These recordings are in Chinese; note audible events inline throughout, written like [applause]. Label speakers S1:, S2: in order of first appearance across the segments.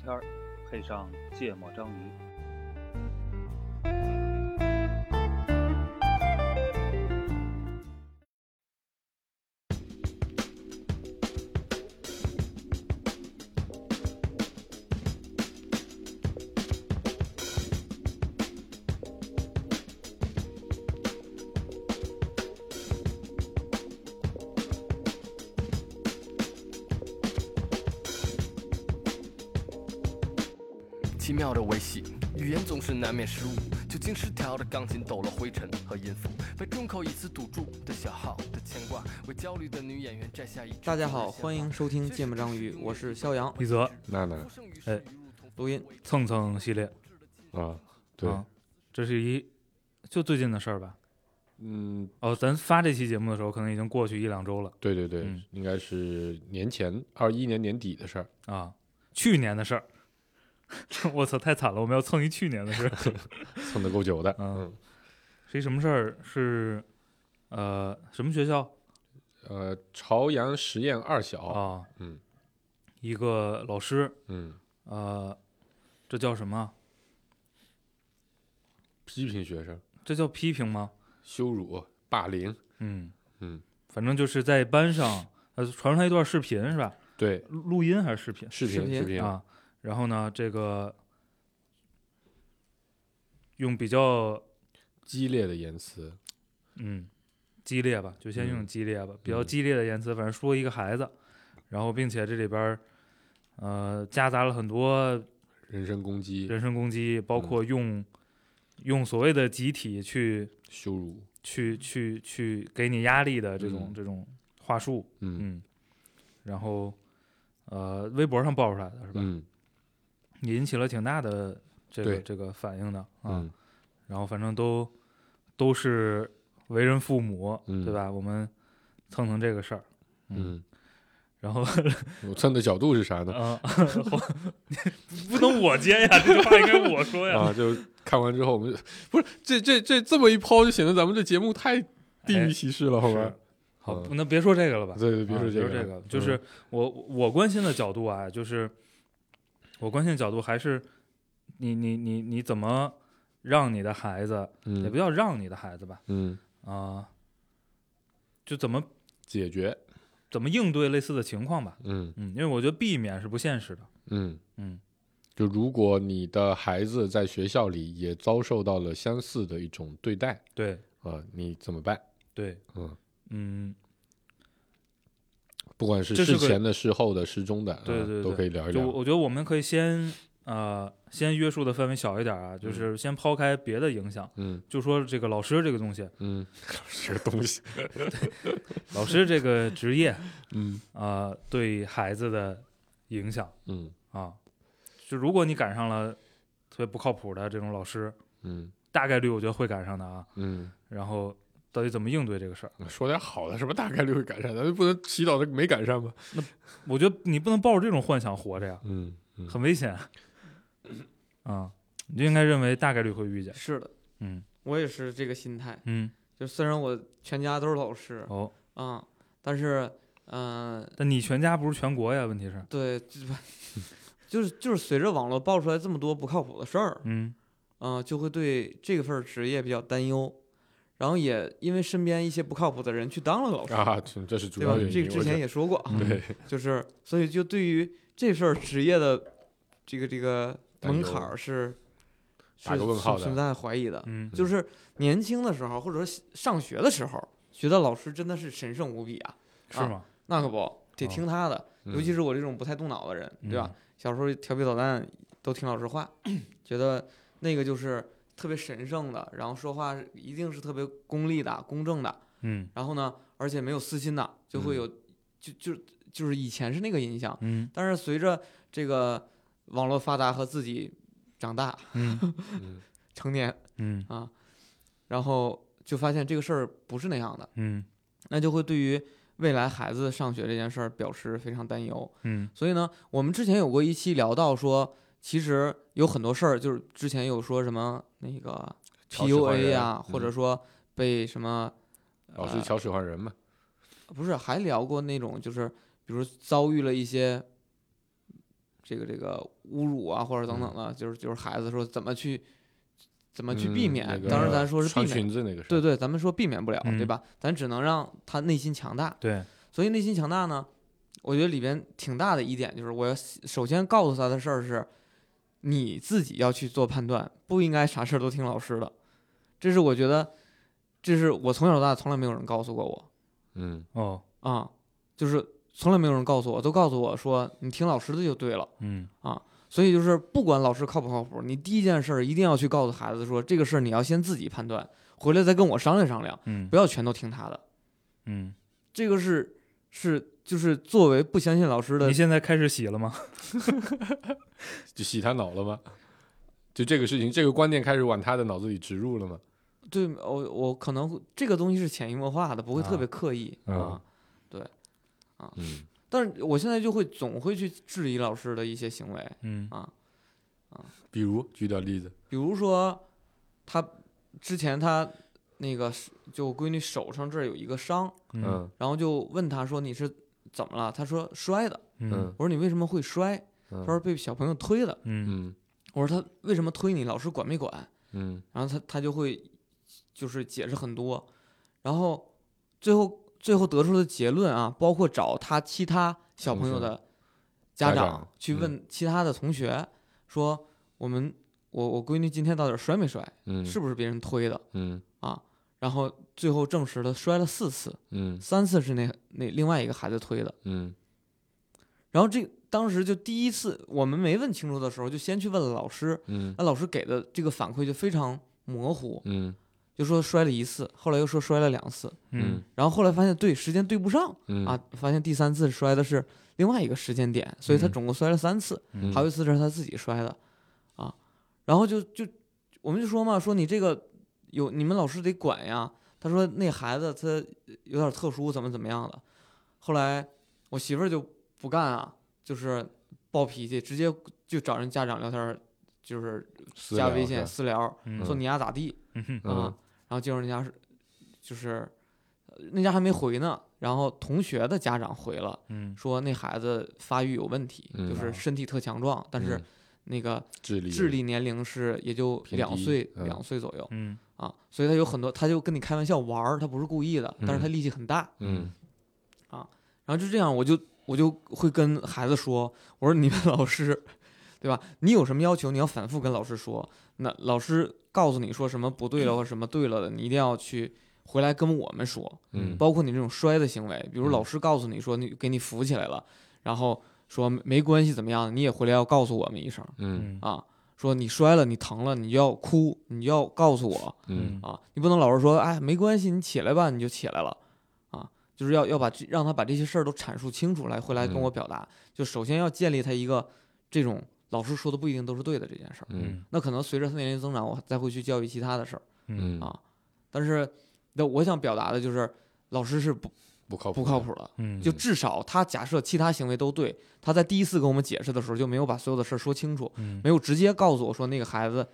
S1: 片儿，配上芥末章鱼。
S2: 奇妙的维系，语言总是难免失误。酒精失调的钢琴抖落灰尘和音符，被众口一词堵住的小号的牵挂，为焦虑的女演员摘下一。
S3: 大家好，欢迎收听《芥末章鱼》，我是肖阳。
S4: 一泽
S5: 娜娜
S4: 哎，
S3: 录音
S4: 蹭蹭系列
S5: 啊，对，
S4: 啊，这是一就最近的事儿吧？
S5: 嗯，
S4: 哦，咱发这期节目的时候，可能已经过去一两周了
S5: 对对对，
S4: 嗯
S5: 应该是年前二一年年底的事儿。
S4: 啊，去年的事儿。 [laughs] 我操，太惨了！我们要蹭一去年的
S5: [laughs]
S4: 事儿，
S5: 蹭的够久的。
S4: 嗯
S5: 嗯，
S4: 是一什么事儿？是呃，什么学校
S5: 呃，朝阳实验二小，
S4: 啊？
S5: 嗯，
S4: 一个老师，
S5: 嗯，
S4: 呃，这叫什么？
S5: 批评学生、
S4: 这叫批评吗？
S5: 羞辱、霸凌，
S4: 嗯
S5: 嗯，
S4: 反正就是在班上，呃，传出来一段视频是吧？
S5: 对，
S4: 录录音还是视频？
S5: 视
S3: 视
S5: 频
S3: 频
S5: 视频，
S4: 啊，然后呢，这个用比较
S5: 激烈的言辞，
S4: 嗯激烈吧，就先用
S5: 嗯
S4: 激烈吧，比较
S5: 嗯
S4: 激烈的言辞，反正说一个孩子，然后并且这里边儿呃夹杂了很多
S5: 人身攻击、
S4: 人身攻击，包
S5: 嗯
S4: 括用、用所谓的集体去
S5: 羞辱，
S4: 去去去给你压力的这种、
S5: 嗯
S4: 这种话术，
S5: 嗯
S4: 嗯，然后呃微博上爆出来的是吧？
S5: 嗯
S4: 也引起了挺大的这个
S5: 对
S4: 这个反应的啊。
S5: 嗯
S4: 然后反正都都是为人父母，
S5: 嗯
S4: 对吧？我们蹭蹭这个事儿，
S5: 嗯，
S4: 然后
S5: 我蹭的角度是啥
S4: [laughs]
S5: 呢？
S4: 啊，后不能我接呀，这句话应该我说呀。
S5: 啊，就看完之后，我们就不是这这这这么一抛，就显得咱们这节目太地域歧视了，好
S4: 哎是
S5: 吧？
S4: 好，
S5: 嗯
S4: 那别说这个了吧。
S5: 对对，别
S4: 啊
S5: 说
S4: 别
S5: 这
S4: 说
S5: 个，嗯
S4: 这个，就是我我关心的角度啊，就是我关心的角度还是你你你你怎么让你的孩子，也不
S5: 嗯
S4: 叫让你的孩子吧，
S5: 嗯，
S4: 啊，就怎么
S5: 解决，
S4: 怎么应对类似的情况吧。
S5: 嗯。
S4: 嗯，因为我觉得避免是不现实的。
S5: 嗯
S4: 嗯，
S5: 就如果你的孩子在学校里也遭受到了相似的一种对待
S4: 对
S5: 啊、你怎么办？
S4: 对，
S5: 嗯，
S4: 嗯，
S5: 不管是
S4: 这是
S5: 事
S4: 个
S5: 前的、事后的、事中的，啊
S4: 对对
S5: 都
S4: 对
S5: 可以聊一
S4: 就
S5: 聊。
S4: 我觉得我们可以先呃先约束的范围小一点啊，就是先抛开别的影响，
S5: 嗯
S4: 就说这个老师这个东西，
S5: [laughs] 嗯，这个东西，
S4: 老师这个职业
S5: 嗯
S4: 啊、呃对孩子的影响
S5: 嗯
S4: 啊，就如果你赶上了特别不靠谱的这种老师，
S5: 嗯
S4: 大概率我觉得会赶上的啊，
S5: 嗯，
S4: 然后。到底怎么应对这个事儿？
S5: 说点好的，什么大概率会赶上，咱就不能祈祷他没赶上吧？
S4: 我觉得你不能抱着这种幻想活着呀，
S5: 嗯嗯，
S4: 很危险。啊，你就应该认为大概率会遇见。
S3: 是的，
S4: 嗯
S3: 我也是这个心态。
S4: 嗯，
S3: 就虽然我全家都是老师
S4: 哦，
S3: 啊、但是，嗯、
S4: 但你全家不是全国呀？问题是，
S3: 对，就 [laughs] 就是就是随着网络爆出来这么多不靠谱的事儿，
S4: 嗯
S3: 嗯、就会对这份儿职业比较担忧，然后也因为身边一些不靠谱的人去当了老师，
S5: 啊，这这是主
S3: 对吧
S5: 要原？因。
S3: 这个之
S5: 我
S3: 前
S5: 想
S3: 也说过啊，
S4: 嗯
S5: 对，
S3: [laughs] 就是所以就对于这份儿职业的这个这个
S5: 担
S3: 门
S5: 忧
S3: 槛儿是是
S5: 打个问
S3: 存
S5: 号的
S3: 存在怀疑的，
S4: 嗯，
S3: 啊就是年轻的时候或者说上学的时候，觉得老师真的是神圣无比啊，
S4: 是吗？
S3: 那可不得
S4: 哦
S3: 听他的，尤其
S5: 是
S3: 是我这种不太动脑的人，对啊吧
S4: 嗯？
S3: 小时候调皮捣蛋都听老师话，觉得那个就是特别神圣的，然后说话一定是特别功利的、公正的，
S4: 嗯
S3: 然后呢，而且没有私心的，就会
S5: 嗯
S3: 有，就就就是以前是那个印象，
S4: 嗯
S3: 但是随着这个网络发达和自己长大
S4: 嗯
S5: 嗯
S3: 成年
S4: 嗯
S3: 啊，然后就发现这个事儿不是那样的，
S4: 嗯
S3: 那就会对于未来孩子上学这件事儿表示非常担忧。
S4: 嗯
S3: 所以呢，我们之前有过一期聊到说，其实有很多事儿，就是之前有说什么那个
S5: 挑事换
S3: PUA
S5: 人
S3: 呀，啊或者
S5: 嗯
S3: 说被什么，
S5: 老师瞧使唤人嘛，
S3: 不是还聊过那种就是，比如遭遇了一些这个这个侮辱啊，或者等等的，
S5: 嗯
S3: 就是就是孩子说怎么去怎嗯么去避免。
S5: 那个
S3: 当时咱说是避
S5: 穿
S3: 免，
S5: 裙子那个事，
S3: 对，对，咱们说避免不了，对
S4: 嗯
S3: 吧？咱只能让他内心强大。
S4: 对，
S3: 所以内心强大呢，我觉得里边挺大的一点就是，我要首先告诉他的事儿是，你自己要去做判断，不应该啥事儿都听老师的。这是我觉得，这是我从小到大从来没有人告诉过我
S5: 嗯
S4: 哦，
S3: 啊、就是从来没有人告诉我，都告诉我说你听老师的就对了。
S4: 嗯
S3: 所以就是不管老师靠不靠谱，你第一件事儿一定要去告诉孩子说，这个事儿你要先自己判断，回来再跟我商量商量，
S4: 嗯
S3: 不要全都听他的。
S4: 嗯，
S3: 这个是是就是作为不相信老师的
S4: 你现在开始洗了吗？
S5: 就洗他脑了吗？就这个事情，这个观念开始往他的脑子里植入了吗？
S3: 对，我我可能会这个东西是潜移默化的，不会特
S4: 啊
S3: 别刻意
S5: 嗯嗯，
S3: 但是我现在就会总会去质疑老师的一些行为，
S4: 嗯
S5: 比如举点例子，
S3: 比如说他之前他那个是就我闺女手上这儿有一个伤，
S5: 嗯
S3: 然后就问他说你是怎么了？他说摔的。
S4: 嗯
S3: 我说你为什么会摔？
S5: 嗯
S3: 他说被小朋友推的。
S4: 嗯
S5: 嗯
S3: 我说他为什么推你？老师管没管？
S5: 嗯
S3: 然后他他就会就是解释很多，然后最后最后得出的结论啊，包括找他其他小朋友的家
S5: 家
S3: 长
S5: 长
S3: 去
S5: 嗯
S3: 问其他的同学，说我们我我闺女今天到底摔没摔，
S5: 嗯
S3: 是不是别人推的？
S5: 嗯
S3: 然后最后证实了摔了四次，
S5: 嗯
S3: 三次是那那另外一个孩子推的。
S5: 嗯
S3: 然后这当时就第一次我们没问清楚的时候，就先去问了老师，
S5: 嗯
S3: 那老师给的这个反馈就非常模糊，
S5: 嗯
S3: 就说摔了一次，后来又说摔了两次，
S4: 嗯
S3: 然后后来发现对时间对不上
S5: 嗯
S3: 啊，发现第三次摔的是另外一个时间点，所以他
S4: 嗯
S3: 总共摔了三次，
S5: 嗯
S3: 还有一次是他自己摔的啊。然后就就我们就说嘛，说你这个有你们老师得管呀。他说那孩子他有点特殊，怎么怎么样的。后来我媳妇儿就不干啊，就是暴脾气，直接就找人家长聊天儿，就是
S5: 私
S3: 加
S5: 聊
S3: 微
S5: 是
S3: 信
S5: 吧
S3: 私聊，
S4: 嗯
S3: 说你丫咋地？
S4: 嗯
S3: 啊
S5: 嗯，
S3: 然后结果人家是就是呃那家还没回呢，然后同学的家长回了，
S4: 嗯
S3: 说那孩子发育有问题，
S5: 嗯
S3: 就是
S4: 啊
S3: 身体特强壮，但是
S5: 嗯
S3: 那个
S5: 智力
S3: 智力年龄是也就
S5: 偏
S3: 两
S5: 低
S3: 岁
S5: 嗯
S3: 两岁左右
S4: 嗯
S3: 啊，所以他有很多他就跟你开玩笑玩儿，他不是故意的，但是他力气很大，
S5: 嗯
S3: 然后就这样，我就我就会跟孩子说，我说你们 [laughs] 老师，对吧？你有什么要求，你要反复跟老师说。那老师告诉你说什么不对了或什么对了的，你一定要去回来跟我们说。
S5: 嗯
S3: 包括你这种摔的行为，比如
S5: 嗯
S3: 老师告诉你说你给你扶起来了，然后说没没关系怎么样，你也回来要告诉我们一声
S5: 嗯
S4: 嗯
S3: 啊。说你摔了，你疼了，你就要哭，你就要告诉我
S5: 嗯
S3: [laughs] 啊！你不能老是说，哎，没关系，你起来吧，你就起来了，啊，就是要要把这让他把这些事儿都阐述清楚来，回来跟我表达。就首先要建立他一个这种老师说的不一定都是对的这件事儿。
S5: 嗯
S3: 那可能随着他年龄增长，我再会去教育其他的事儿。
S5: 嗯
S3: 啊但是，那我想表达的就是，老师是不
S5: 不靠谱
S3: 不靠谱的。
S4: 嗯
S3: 就至少他假设其他行为都对，他在第一次跟我们解释的时候就没有把所有的事儿说清楚，
S4: 嗯
S3: 没有直接告诉我说那个孩子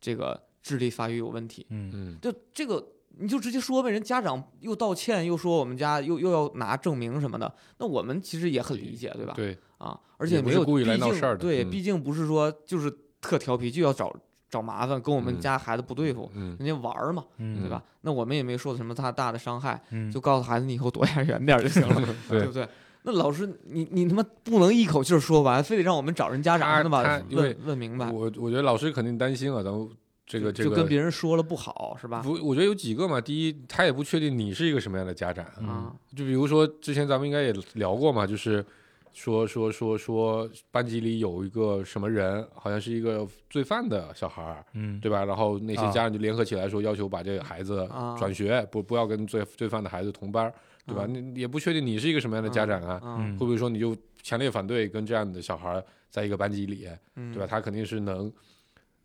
S3: 这个智力发育有问题。
S4: 嗯
S5: 嗯
S3: 就这个你就直接说呗，人家长又道歉，又说我们家又又要拿证明什么的，那我们其实也很理解，对吧？
S5: 对
S3: 啊，而
S5: 也
S3: 且
S5: 不
S3: 没
S5: 是
S3: 有
S5: 故意来
S3: 毕
S5: 闹
S3: 竟
S5: 事儿的
S3: 对，
S5: 嗯
S3: 毕竟不是说就是特调皮就要找找麻烦，跟我们
S5: 嗯
S3: 家孩子不对付，
S5: 嗯 [laughs]
S3: 人家玩儿嘛，
S4: 嗯
S3: 对吧？那我们也没受什么大大的伤害，
S4: 嗯
S3: 就告诉孩子你以后躲远远点儿就行了， [laughs] 对
S5: 对
S3: 不对？那老师，你你他妈不能一口气儿说完，非得让我们找人家长
S5: 他
S3: 的
S5: 他
S3: 吧？
S5: 因为
S3: 问问明白，
S5: 我我觉得老师肯定担心啊，咱们这个这
S3: 就
S5: 个
S3: 跟别人说了不好是吧？
S5: 不，我觉得有几个嘛。第一，他也不确定你是一个什么样的家长，
S4: 嗯
S3: 啊，
S5: 就比如说之前咱们应该也聊过嘛，就是说说说说班级里有一个什么人，好像是一个罪犯的小孩儿，
S4: 嗯
S5: 对吧？然后那些
S4: 啊
S5: 家长就联合起来说，要求把这个孩子
S3: 啊
S5: 转学，不不要跟罪罪犯的孩子同班儿，对吧？
S3: 啊
S5: 你也不确定你是一个什么样的家长啊，
S3: 嗯
S5: 会不会说你就强烈反对跟这样的小孩儿在一个班级里，
S3: 嗯，
S5: 对吧？他肯定是能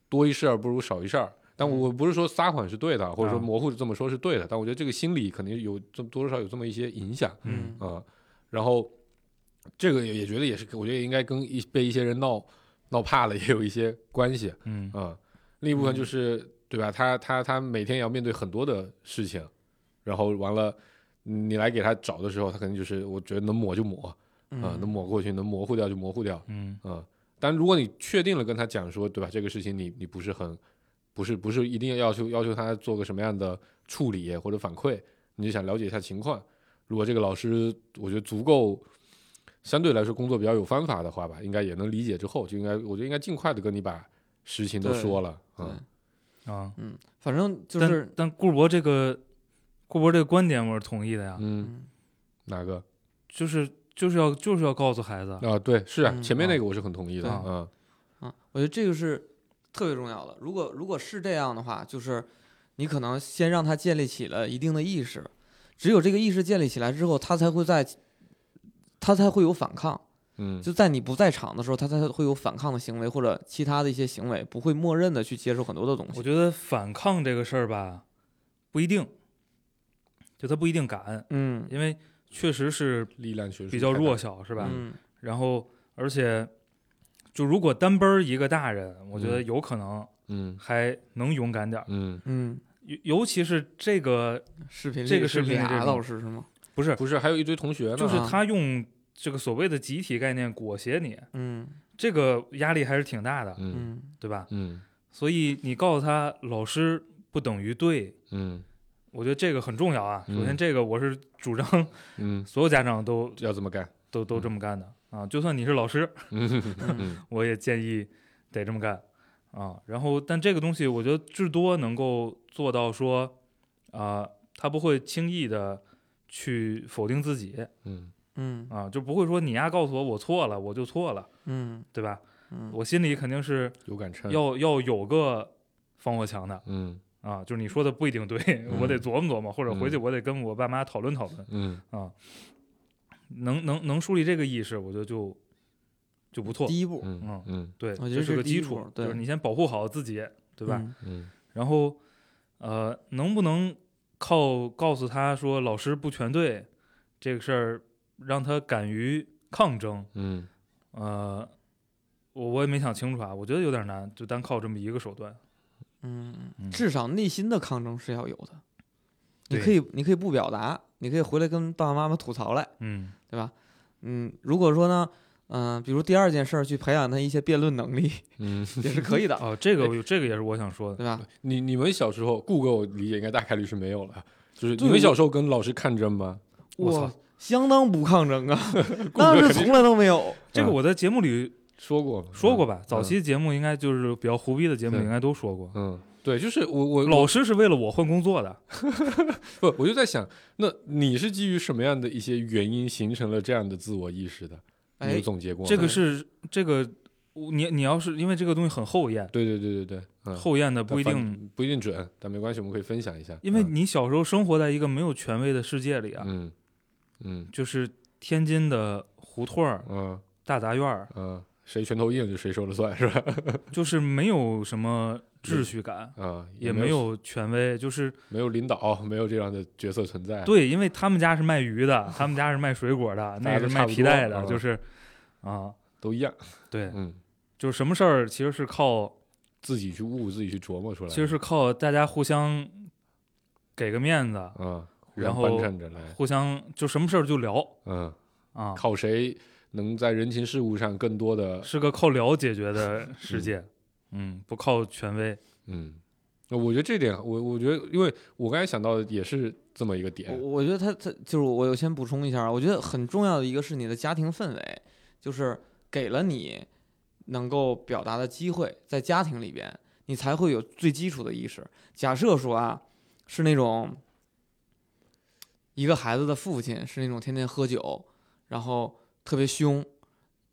S5: 多一事而不如少一事儿。
S3: 嗯
S5: 但我我不是说撒谎是对的，或者说
S4: 啊
S5: 模糊地这么说是对的，但我觉得这个心理肯定有这么多多少少有这么一些影响
S3: 嗯
S5: 啊、然后这个也也觉得也是，我觉得也应该跟一被一些人闹闹怕了也有一些关系
S4: 嗯
S5: 啊、另一部分就
S3: 嗯
S5: 是、对吧？他他他每天也要面对很多的事情，然后完了你来给他找的时候，他肯定就是我觉得能抹就抹啊、
S3: 嗯
S5: 能抹过去，能模糊掉就模糊掉。
S4: 嗯
S5: 嗯，但如果你确定了跟他讲说，对吧？这个事情你你不是很，不是不是一定要要求要求他做个什么样的处理或者反馈，你就想了解一下情况。如果这个老师我觉得足够，相对来说工作比较有方法的话吧，应该也能理解。之后就应该我觉得应该尽快的跟你把实情都
S3: 对
S5: 说了。
S3: 对
S5: 嗯，
S4: 啊。
S3: 嗯，反正就
S4: 但
S3: 是
S4: 但顾博这个顾博这个观点我是同意的呀，
S5: 嗯，
S3: 嗯
S5: 哪个
S4: 就是就是要就是要告诉孩子，
S5: 啊？对，是啊，
S3: 嗯
S5: 前面那个我是很同意的。
S4: 啊
S5: 嗯
S3: 啊，我觉得这个是特别重要的。如果如果是这样的话，就是你可能先让他建立起了一定的意识，只有这个意识建立起来之后，他才会在他才会有反抗。
S5: 嗯，
S3: 就在你不在场的时候，他才会有反抗的行为或者其他的一些行为，不会默认的去接受很多的东
S4: 我
S3: 西。
S4: 觉得反抗这个事儿吧，不一定，就他不一定敢，
S3: 嗯，
S4: 因为确实是
S5: 力量学术
S4: 比较
S5: 太大
S4: 弱小，是吧？
S3: 嗯
S4: 然后而且，就如果单奔儿一个大人，我觉得
S5: 嗯
S4: 有可能
S5: 嗯
S4: 还能勇敢点儿，
S5: 嗯，
S3: 嗯，
S4: 尤、尤其是这个
S3: 视频
S4: 这
S3: 里
S4: 个
S3: 是
S4: 视频里这
S3: 俩
S4: 种
S3: 老师是吗？
S4: 不是，
S5: 不是还有一堆同学呢，
S4: 就是
S3: 啊
S4: 他用这个所谓的集体概念裹挟你，
S3: 嗯
S4: 这个压力还是挺大的，
S5: 嗯
S3: 嗯
S4: 对吧？
S5: 嗯
S4: 所以你告诉他，老师不等于对。
S5: 嗯
S4: 我觉得这个很重要啊。首先，
S5: 嗯
S4: 这个我是主张
S5: 嗯，
S4: 所有家长都
S5: 要这么干，
S4: 都都这么干的啊。就算你是老师，
S5: 嗯
S3: 嗯
S4: [laughs] 我也建议得这么干啊。然后，但这个东西我觉得至多能够做到说，啊、他不会轻易的去否定自己
S5: 嗯
S3: 嗯
S4: 啊，就不会说你丫告诉我我错了，我就错了，
S3: 嗯
S4: 对吧？
S3: 嗯
S4: 我心里肯定是
S5: 有杆秤，
S4: 要要有个防火墙的
S5: 嗯
S4: 啊，就是你说的不一定对，我得琢磨琢磨，或者回去我得跟我爸妈讨论讨论。
S5: 嗯
S4: 啊能能能树立这个意识，我觉得就就不错。
S3: 第一步，
S5: 嗯嗯
S4: 对，
S3: 我觉
S4: 这
S3: 得
S4: 是
S3: 是
S4: 个
S3: 第一
S4: 基
S3: 步
S4: 础，
S3: 对
S4: 就是你先保护好自己，对吧？
S3: 嗯？
S5: 嗯
S4: 然后，呃，能不能靠告诉他说老师不全对这个事儿，让他敢于抗争？
S5: 嗯
S4: 呃，我我也没想清楚啊，我觉得有点难，就单靠这么一个手段。
S3: 嗯，
S4: 嗯
S3: 嗯，至少内心的抗争是要有的。你
S4: 对
S3: 可以，你可以不表达，你可以回来跟爸爸妈妈吐槽来，
S4: 嗯
S3: 对吧？嗯，如果说呢，嗯、比如第二件事儿去培养他一些辩论能力 [laughs]
S4: [laughs]
S5: 嗯，
S3: 也是可以的，嗯
S4: 哦，这个这个也是我想说的。
S3: 对吧？
S5: 你你们小时候，顾哥我理解应该大概率是没有了，就是
S3: 对
S5: 你们小时候跟老师抗争吗？
S4: 我操
S3: 哇，相当不抗争啊， [laughs]
S5: 哥
S3: 那
S5: 肯
S3: 是
S5: 定
S3: 从来都没有。
S4: 这个我在节目里
S5: 说过吗
S4: 说过吧，
S3: 嗯
S4: 早期节目应该就是比较胡逼的节目
S5: 对
S4: 应该都说过。
S5: 嗯，对，就是我我
S4: 老师是为了我换工作的，
S5: 不，我就在想，那你是基于什么样的一些原因形成了这样的自我意识的？你有
S3: 哎，
S5: 总结过吗？
S4: 这个是这个，你你要是因为这个东西很后验，
S5: 对对对对对，嗯，
S4: 后验的不一
S5: 但
S4: 定
S5: 反不一定准，但没关系，我们可以分享一下，
S4: 因为
S5: 嗯
S4: 你小时候生活在一个没有权威的世界里啊，
S5: 嗯嗯
S4: 就是天津的胡同儿、
S5: 嗯
S4: 大杂院儿，
S5: 嗯，谁拳头硬就谁说了算是吧？
S4: 就是没有什么秩序感，
S5: 啊，
S4: 也
S5: 没哎
S4: 没有权威，就是
S5: 没有领导， [laughs] 没有这样的角色存在。，
S4: 对，因为他们家是卖鱼的，他们家是卖水果的，
S5: 大
S4: 那
S5: 家
S4: 也
S5: 都
S4: 是
S5: 差
S4: 卖
S5: 不
S4: 皮带
S5: 多
S4: 的，
S5: 嗯
S4: 就是啊，
S5: 都一样。
S4: 对，
S5: 嗯，
S4: 就是什么事儿其实是靠，
S5: 自己去悟，自己去琢磨出来的。
S4: 其实是靠大家互相给个面子，
S5: 啊，互
S4: 然
S5: 相
S4: 后
S5: 帮衬着来。
S4: 互相就什么事儿就聊
S5: 嗯，
S4: 啊，
S5: 靠谁能在人情世故上更多的
S4: 是个靠聊解决的世界，嗯，不靠权威。
S5: 嗯？那我觉得这点，我我觉得，因为我刚才想到的也是这么一个
S3: 我
S5: 点。
S3: 我觉得他他就是我，我先补充一下啊，我觉得很重要的一个是你的家庭氛围，就是给了你能够表达的机会，在家庭里边，你才会有最基础的意识。假设说啊，是那种一个孩子的父亲是那种天天喝酒，然后特别凶，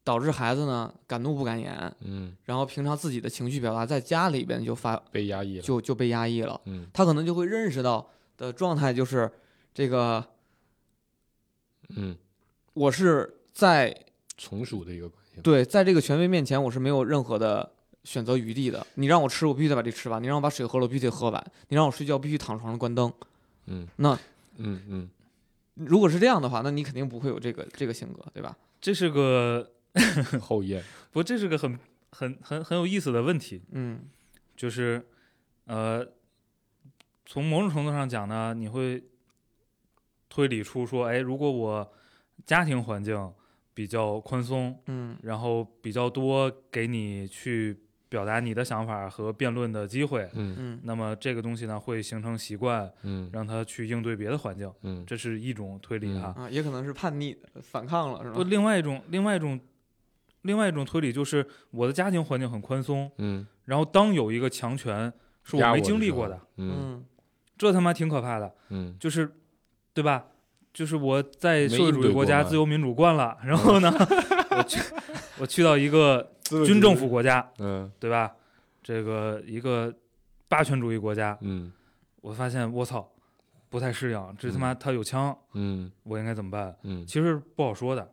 S3: 导致孩子呢敢怒不敢言，
S5: 嗯，
S3: 然后平常自己的情绪表达在家里边就发
S5: 被压抑了。
S3: 就就被压抑了。
S5: 嗯
S3: 他可能就会认识到的状态就是这个
S5: 嗯，
S3: 我是在
S5: 从属的一个关系。
S3: 对在这个权威面前我是没有任何的选择余地的。你让我吃，我必须得把这吃完；你让我把水喝了，我必须得喝完；你让我睡觉，必须躺床上关灯。
S5: 嗯，
S3: 那
S5: 嗯嗯
S3: 如果是这样的话，那你肯定不会有这个这个性格，对吧？
S4: 这是个
S5: 嗯，后验。
S4: 不，这是个很很很很有意思的问题，
S3: 嗯
S4: 就是呃，从某种程度上讲呢，你会推理出说，哎，如果我家庭环境比较宽松，
S3: 嗯
S4: 然后比较多给你去表达你的想法和辩论的机会。
S5: 嗯
S3: 嗯
S4: 那么这个东西呢，会形成习惯，
S5: 嗯
S4: 让他去应对别的环境，
S5: 嗯
S4: 这是一种推理啊。
S3: 啊，也可能是叛逆反抗
S5: 嗯
S3: 了，是
S4: 不，
S3: 吧？
S4: 另外一种，另外一种，另外一种推理就是我的家庭环境很宽松，
S5: 嗯，
S4: 然后当有一个强权是
S5: 压
S4: 我没
S5: 的
S4: 经历
S5: 时候
S4: 过的，，
S5: 嗯
S3: 嗯
S4: 这他妈挺可怕的，
S5: 嗯
S4: 就是，对吧？就是我在
S5: 没
S4: 社会
S5: 应
S4: 主义
S5: 对
S4: 国
S5: 过
S4: 家
S5: 嘛
S4: 自由民主惯了，然后
S5: [laughs]
S4: 呢，我去我去到一个军政府，国家，
S5: 嗯
S4: 对吧？这个一个霸权主义国家，
S5: 嗯
S4: 我发现我操，不太适应，这他妈他有枪，
S5: 嗯
S4: 我应该怎么办？
S5: 嗯，
S4: 其实不好说的，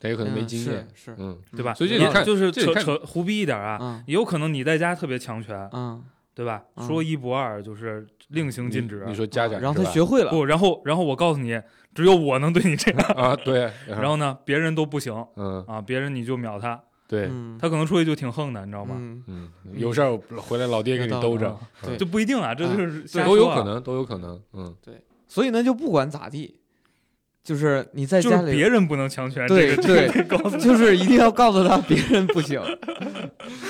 S5: 他有可能没
S3: 嗯
S5: 经验，
S3: 是是，
S5: 嗯
S4: 对吧？
S5: 所以这
S4: 你
S5: 得看
S4: 就是
S5: 这
S4: 扯
S5: 得看
S4: 扯胡逼一点啊，
S3: 嗯
S4: 也有可能你在家特别强权，
S3: 嗯，
S4: 对吧？
S3: 嗯
S4: 说一不二就是令行禁止。
S5: 你你说家长
S3: 啊然后
S5: 是
S3: 他
S5: 吧
S3: 学会了，
S4: 不，然后然后我告诉你，只有我能对你这样，
S5: [laughs] 啊，对，
S3: 嗯
S4: 然后呢，别人都不行
S5: 嗯
S4: 啊，别人你就秒他，
S5: 对，
S3: 嗯，
S4: 他可能出去就挺横的，你知道
S3: 好
S4: 吗？
S3: 嗯，
S5: 嗯，有事儿我回来老爹给你
S3: 有道理
S5: 兜着
S3: 啊，对
S4: 就不一定啊，
S3: 嗯
S4: 这就是
S5: 对
S4: 瞎
S5: 都有
S4: 说啊
S5: 可，能，都有可能，嗯
S3: 所以呢，就不管咋地，就是你在
S4: 就
S3: 家
S4: 是
S3: 里
S4: 别人不能强权，这
S3: 对
S4: 个
S3: 对， [laughs] 就是一定要告诉他别人不
S4: [laughs]
S3: 行。
S5: [laughs]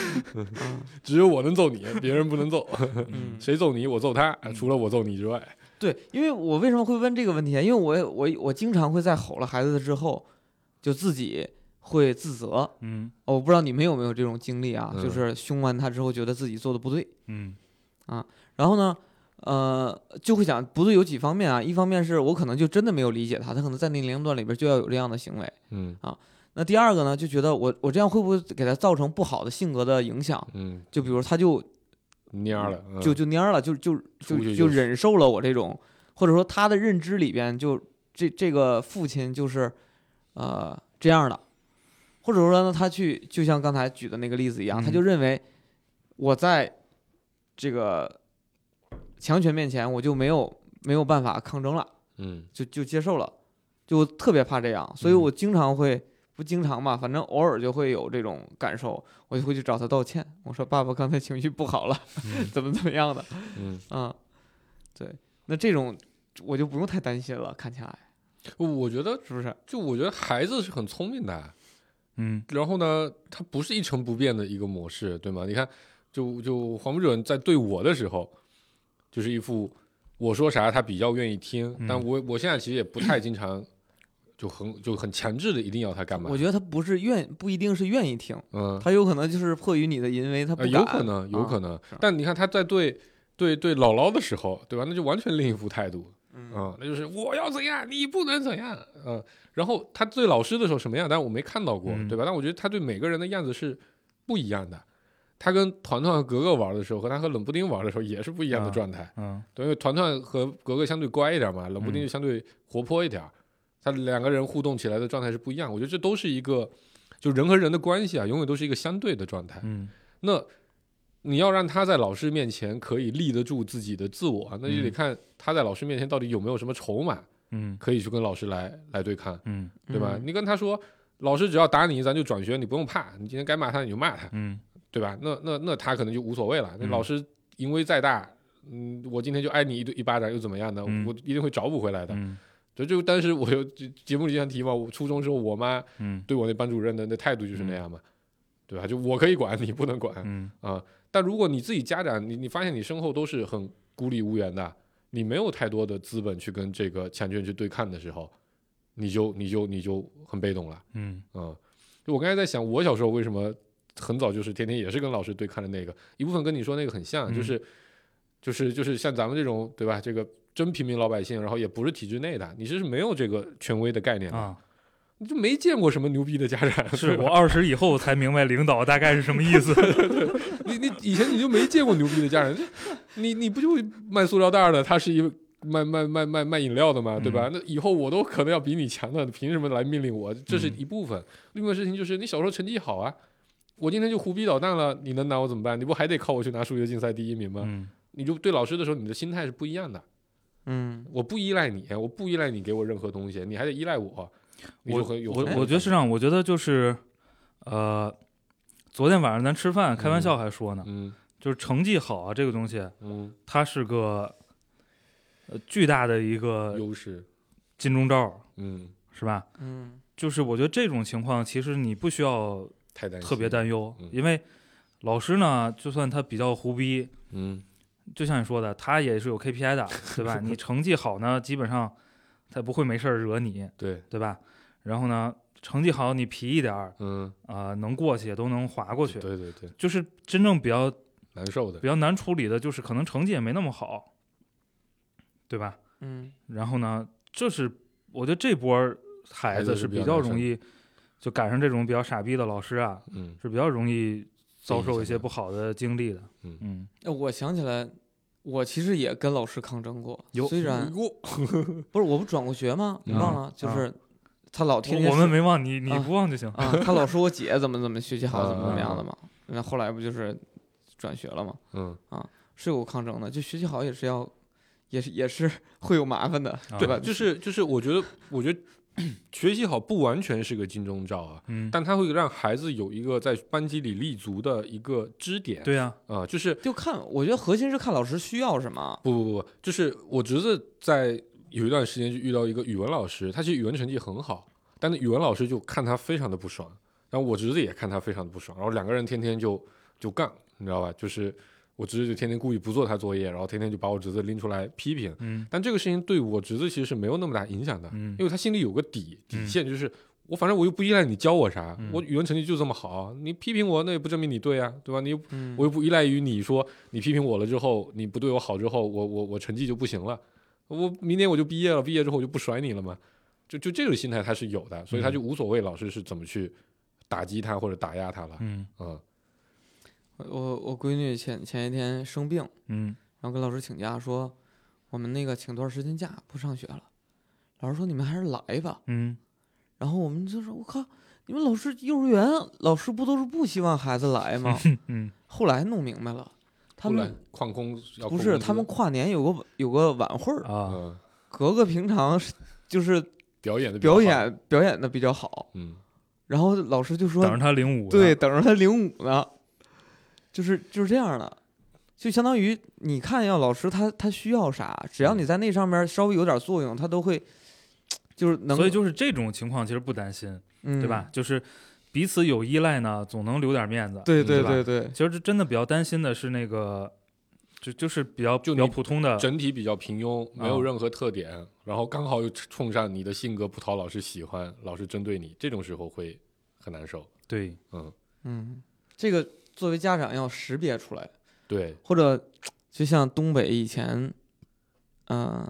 S5: 只有我能揍你，别人不能 [laughs] 揍，
S3: 嗯，
S5: 谁揍你我揍他，
S4: 嗯
S5: 除了我揍你之外，
S3: 对，因为我为什么会问这个问题啊？因为我也我我经常会在吼了孩子之后，就自己会自责。哦
S4: 嗯
S3: 我不知道你们有没有这种经历啊，
S5: 嗯
S3: 就是凶完他之后觉得自己做的不对，
S4: 嗯
S3: 然后呢，呃，就会想不对有几方面啊，一方面是我可能就真的没有理解他，他可能在那个年龄段里边就要有这样的行为。
S5: 嗯
S3: 那第二个呢，就觉得我我这样会不会给他造成不好的性格的影响？
S5: 嗯，
S3: 就比如他就
S5: 蔫儿了，嗯
S3: 就就蔫儿了，就就
S5: 出去
S3: 就就
S5: 就
S3: 是忍受了我这种，或者说他的认知里边就这这个父亲就是呃这样的，或者说呢，他去就像刚才举的那个例子一样，他
S4: 嗯
S3: 就认为我在这个强权面前我就没有没有办法抗争了，
S5: 嗯
S3: 就就接受了，就我特别怕这样，所以
S5: 嗯
S3: 我经常会。不经常吧，反正偶尔就会有这种感受，我就会去找他道歉。我说：“爸爸刚才情绪不好了， [laughs] 怎么怎么样的。”
S5: 嗯，
S3: 啊，对，那这种我就不用太担心了，看起来
S5: 我觉得
S3: 是不是？
S5: 就我觉得孩子是很聪明的，啊
S4: 嗯
S5: 然后呢，它不是一成不变的一个模式，对吗？你看，就就黄不准在对我的时候，就是一副我说啥他比较愿意听，
S4: 嗯
S5: 但我我现在其实也不太经常就很就很强制的一定要他干嘛
S3: 我，觉得他不是愿，不一定是愿意听，
S5: 嗯，
S3: 他有可能就是迫于你的淫威，他不
S5: 呃
S3: 敢。
S5: 有可能，有
S3: 啊
S5: 可能
S3: 是。
S5: 但你看他在对对对姥姥的时候，对吧？那就完全另一副态度，
S3: 嗯
S5: 嗯，那就是我要怎样，你不能怎样，嗯。然后他对老师的时候什么样，但我没看到过，
S4: 嗯
S5: 对吧？但我觉得他对每个人的样子是不一样的。他跟团团和格格玩的时候，和他和冷不丁玩的时候也是不一样的
S4: 啊
S5: 状态。
S4: 嗯
S5: 对，因为团团和格格相对乖一点嘛，冷不丁
S4: 嗯
S5: 就相对活泼一点儿，他两个人互动起来的状态是不一样。我觉得这都是一个，就人和人的关系啊，永远都是一个相对的状态。
S4: 嗯
S5: 那你要让他在老师面前可以立得住自己的自我啊，那就得看他在老师面前到底有没有什么筹码，
S4: 嗯
S5: 可以去跟老师来来对抗，
S4: 嗯
S5: 对吧？
S3: 嗯
S5: 你跟他说，老师只要打你，咱就转学，你不用怕，你今天该骂他你就骂他，
S4: 嗯
S5: 对吧？那那那他可能就无所谓了。那
S4: 嗯
S5: 老师淫威再大，嗯，我今天就挨你一顿一巴掌又怎么样呢？
S4: 嗯
S5: 我一定会找补回来的。
S4: 嗯
S5: 就就但是我有就节目里经常提嘛，我初中时候我妈
S4: 嗯
S5: 对我那班主任的那态度就是那样嘛，对吧？就我可以管，你不能管。
S4: 嗯
S5: 啊。但如果你自己家长，你你发现你身后都是很孤立无援的，你没有太多的资本去跟这个强权去对抗的时候，你就你就你就很被动了，
S4: 嗯
S5: 嗯。就我刚才在想，我小时候为什么很早就是天天也是跟老师对抗的那个，一部分跟你说那个很像，
S4: 嗯
S5: 就是、就是就是像咱们这种对吧？这个真平民老百姓，然后也不是体制内的，你是没有这个权威的概念的，
S3: [laughs]
S4: 啊，
S5: 你就没见过什么牛逼的家长，
S4: 是
S5: 对吧
S4: 我二十以后才明白领导大概是什么意
S3: [laughs]
S4: 思。
S5: 你你以前你就没见过牛逼的家人，你你不就卖塑料袋儿的，他是一个卖卖卖卖卖饮料的嘛，对吧？
S4: 嗯
S5: 那以后我都可能要比你强的，凭什么来命令我？这是
S4: 嗯
S5: 一部分。另外一个事情就是你小时候成绩好啊，我今天就胡逼捣蛋了，你能拿我怎么办？你不还得靠我去拿数学竞赛第一名吗？
S4: 嗯
S5: 你就对老师的时候，你的心态是不一样的。
S3: 嗯
S5: 我不依赖你，我不依赖你给我任何东西，你还得依赖我。你就
S4: 我
S5: 很有
S4: 我
S5: 很
S4: 我觉得是这样，我觉得就是，呃，昨天晚上咱吃饭开玩笑还说呢，
S5: 嗯
S4: 就是成绩好啊这个东西，
S5: 嗯
S4: 它是个呃巨大的一个
S5: 优势
S4: 金钟罩，
S5: 嗯
S4: 是吧？
S3: 嗯，
S4: 就是我觉得这种情况，其实你不需要
S5: 太担心，
S4: 特别担忧
S5: 嗯，
S4: 因为老师呢，就算他比较胡逼，
S5: 嗯，
S4: 就像你说的，他也是有 KPI 的，对吧？你成绩好呢，基本上他不会没事儿惹你，
S5: 对，
S4: 对吧？然后呢，成绩好你皮一点儿，
S5: 嗯，
S4: 啊，能过去也都能划过去。
S5: 对对对，
S4: 就是真正比较
S5: 难受的
S4: 比，较难处理的，就是可能成绩也没那么好，对吧？
S3: 嗯，
S4: 然后呢，这是我觉得这波儿孩子
S5: 子
S4: 是
S5: 是比
S4: 比
S5: 较
S4: 较
S5: 难
S4: 容易就赶上这种比较傻逼的老师啊，
S5: 嗯
S4: 是比较容易遭受一些
S5: 影响的
S4: 不好的经历的。
S5: 嗯
S4: 嗯，
S3: 哎我想起来，我其实也跟老师抗争过
S4: 哟，
S3: 虽然
S5: 哟
S3: 不是我不转过学吗？你
S5: 嗯
S3: 忘了？就
S4: 啊
S3: 是他老天天
S4: 我我们
S3: 说
S4: 没忘你，你
S3: 啊
S4: 不忘就行。
S3: 啊，他老说我姐怎么怎么学习好，怎么怎么样的
S5: 嗯
S3: 嘛。那后来不就是转学了嘛？
S5: 嗯，
S3: 是有抗争的，就学习好也是要，也是也是会有麻烦的，对吧？
S5: 啊就是就是，我觉得我觉得学习好不完全是个金钟罩啊，
S4: 嗯，
S5: 但它会让孩子有一个在班级里立足的一个支点，
S4: 对呀，
S5: 啊，就是
S3: 就看，我觉得核心是看老师需要什么。
S5: 不不不，就是我侄子在有一段时间就遇到一个语文老师，他其实语文成绩很好，但那语文老师就看他非常的不爽，然后我侄子也看他非常的不爽，然后两个人天天就就杠，你知道吧？就是我侄子就天天故意不做他作业，然后天天就把我侄子拎出来批评，
S4: 嗯
S5: 但这个事情对我侄子其实是没有那么大影响的，
S4: 嗯
S5: 因为他心里有个底底
S4: 嗯
S5: 线，就是我反正我又不依赖你教我啥，
S4: 嗯
S5: 我语文成绩就这么好，你批评我那也不证明你对啊，对吧？你又
S3: 嗯
S5: 我又不依赖于你说你批评我了之后，你不对我好之后，我我我成绩就不行了，我明年我就毕业了，毕业之后我就不甩你了嘛，就就这种心态他是有的，所
S4: 嗯
S5: 以他就无所谓老师是怎么去打击他或者打压他了，
S4: 嗯
S5: 嗯
S3: 我我闺女前前一天生病，
S4: 嗯
S3: 然后跟老师请假说，我们那个请段时间假不上学了。老师说你们还是来吧。
S4: 嗯
S3: 然后我们就说，我靠，你们老师幼儿园老师不都是不希望孩子来吗？
S4: 嗯
S3: 后来弄明白了，他
S5: 不然
S3: 们
S5: 旷工要
S3: 不
S5: 旷
S3: 是
S5: 工资
S3: 他们跨年有个有个晚会儿，
S4: 啊，
S5: 嗯
S3: 格格平常是就是
S5: 表演的
S3: 表，演表演的比较好，
S5: 嗯
S3: 然后老师就说
S4: 等着他领舞呢。
S3: 对，等着他领舞呢，就是就是这样的，就相当于你看要老师他他需要啥，只
S4: 嗯
S3: 要你在那上面稍微有点作用，他都会就是能，
S4: 所以就是这种情况其实不担心，
S3: 嗯
S4: 对吧？？就是彼此有依赖呢，总能留点面子。
S3: 对
S5: 嗯
S3: 对
S5: 对
S3: 对
S5: 吧
S3: 对，
S4: 其实真的比较担心的是那个，就就是比较
S5: 就
S4: 比较
S5: 你
S4: 普通
S3: 嗯
S4: 的，
S5: 整体比较平庸，没有
S4: 啊
S5: 任何特点，然后刚好又冲上你的性格不讨老师喜欢，老师针对你，这种时候会很难受。
S4: 对，
S5: 嗯，
S3: 嗯，这个作为家长要识别出来，
S5: 对，
S3: 或者就像东北以前，嗯、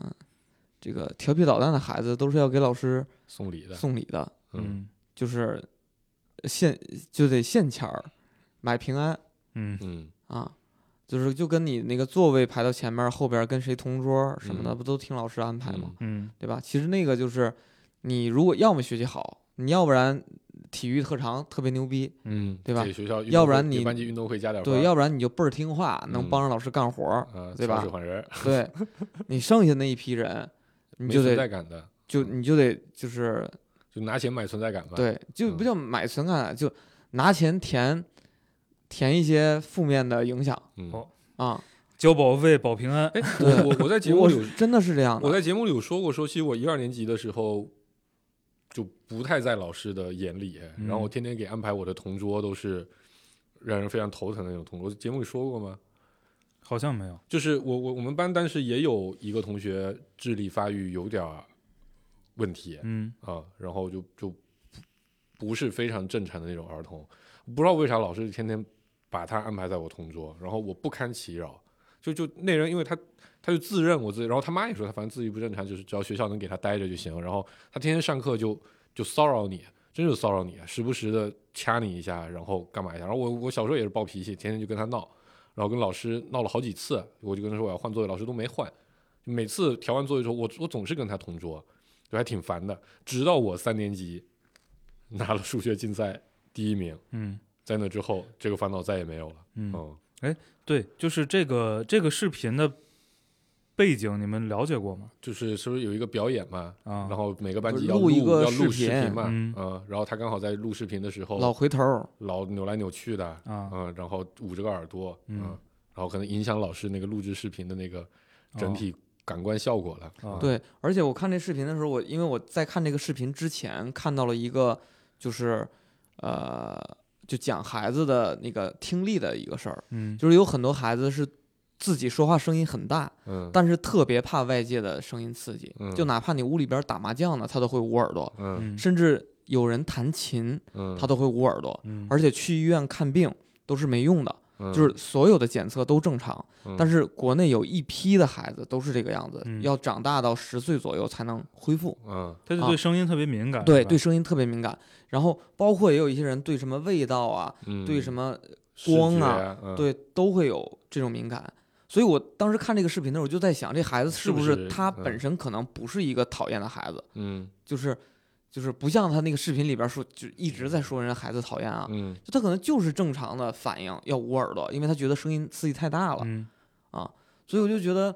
S3: 这个调皮捣蛋的孩子都是要给老师
S5: 送礼的，
S3: 送礼的，
S4: 嗯
S3: 就是现就得现钱儿买平安。
S4: 嗯
S5: 嗯
S3: 啊，就是就跟你那个座位排到前面儿，后边儿跟谁同桌儿什么的，
S5: 嗯
S3: 不都听老师安排吗？
S5: 嗯
S4: 嗯
S3: 对吧？其实那个就是，你如果要么学习好，你要不然体育特长特别牛逼，
S5: 嗯，
S3: 对吧
S5: 给学校运动会，
S3: 要不然
S5: 给
S3: 你
S5: 班级运动会加点分儿
S3: 对，要不然你就倍儿听话，能
S5: 嗯
S3: 帮着老师干活
S5: [laughs]
S3: 儿，
S5: 呃，
S3: 对
S5: 挑
S3: 吧
S5: 水换人儿，
S3: 对你剩下那一批人，你
S5: 没
S3: 就
S5: 存在
S3: 得
S5: 感的，
S3: 就你就得就是
S5: 就拿钱买存在感吧。，
S3: 对，就不
S5: 嗯
S3: 叫买存感，就拿钱填填一些负面的影响
S5: 嗯
S4: 哦，
S3: 啊。
S4: 交保卫保平安。
S5: 哎，我
S3: 对
S5: 我我在节目
S3: 我
S5: 里
S3: 是
S5: 有，
S3: 真的是这样的，
S5: 我在节目里有说过，说其实我一二年级的时候就不太在老师的眼里，
S4: 嗯
S5: 然后我天天给安排我的同桌都是让人非常头疼的那种同桌。节目里说过吗？
S4: 好像没有，
S5: 就是我我我们班当时也有一个同学智力发育有点儿问题
S4: 嗯
S5: 啊，然后就就不是非常正常的那种儿童，不知道为啥老师天天把他安排在我同桌，然后我不堪其扰，就就那人因为他他就自认我自己，然后他妈也说他反正自己不正常，就是只要学校能给他待着就行，然后他天天上课就就骚扰你。真是骚扰你，啊时不时的掐你一下，然后干嘛一下。然后我我小时候也是暴脾气，天天就跟他闹，然后跟老师闹了好几次，我就跟他说我要换座位，老师都没换。每次调完座位之后，我我总是跟他同桌，就还挺烦的。直到我三年级 [laughs] 拿了数学竞赛第一名，
S4: 嗯，
S5: 在那之后，这个烦恼再也没有了。
S4: 嗯
S5: 嗯，
S4: 对，就是这个这个视频的背景，你们了解过吗？
S5: 就是是不是有一个表演嘛？
S4: 啊，
S5: 然后每个班级要
S3: 录一个
S5: 要录
S3: 视
S5: 视
S3: 频
S5: 嘛，
S4: 嗯
S5: 然后他刚好在录视频的时候
S3: 老回头儿，
S5: 老扭来扭去的，
S4: 啊
S5: 嗯，然后捂着个耳朵，
S4: 嗯
S5: 然后可能影响老师那个录制视频的那个整
S4: 哦
S5: 体感官效果了。嗯
S4: 啊
S3: 哦对，而且我看这视频的时候，我因为我在看这个视频之前看到了一个，就是，呃，就讲孩子的那个听力的一个事儿，
S4: 嗯，
S3: 就是有很多孩子是自己说话声音很大，
S5: 嗯，
S3: 但是特别怕外界的声音刺激，
S5: 嗯
S3: 就哪怕你屋里边打麻将呢，他都会捂耳朵，
S5: 嗯
S4: 嗯
S3: 甚至有人弹琴，
S5: 嗯，
S3: 他都会捂耳朵，
S4: 嗯
S3: 而且去医院看病都是没用的，就是所有的检测都正常，
S5: 嗯
S3: 但是国内有一批的孩子都是这个样子，
S4: 嗯
S3: 要长大到十岁左右才能恢复。
S5: 嗯
S4: 他就
S3: 啊
S4: 对声音特别敏
S5: 哎
S4: 感，
S3: 对
S4: 是吧
S3: 对，，声音特别敏感，然后包括也有一些人对什么味道啊，
S5: 嗯，
S3: 对什么
S5: 视
S3: 光
S5: 觉
S3: 啊，
S5: 嗯
S3: 对都会有这种敏感。所以我当时看这个视频的时候，我就在想，这孩子
S5: 是
S3: 不
S5: 不
S3: 是
S5: 是
S3: 他
S5: 嗯
S3: 本身可能不是一个讨厌的孩子，
S5: 嗯
S3: 就是就是不像他那个视频里边说，就一直在说人家孩子讨厌啊，
S5: 嗯
S3: 就他可能就是正常的反应要捂耳朵，因为他觉得声音刺激太大了。
S4: 嗯
S3: 所以我就觉得，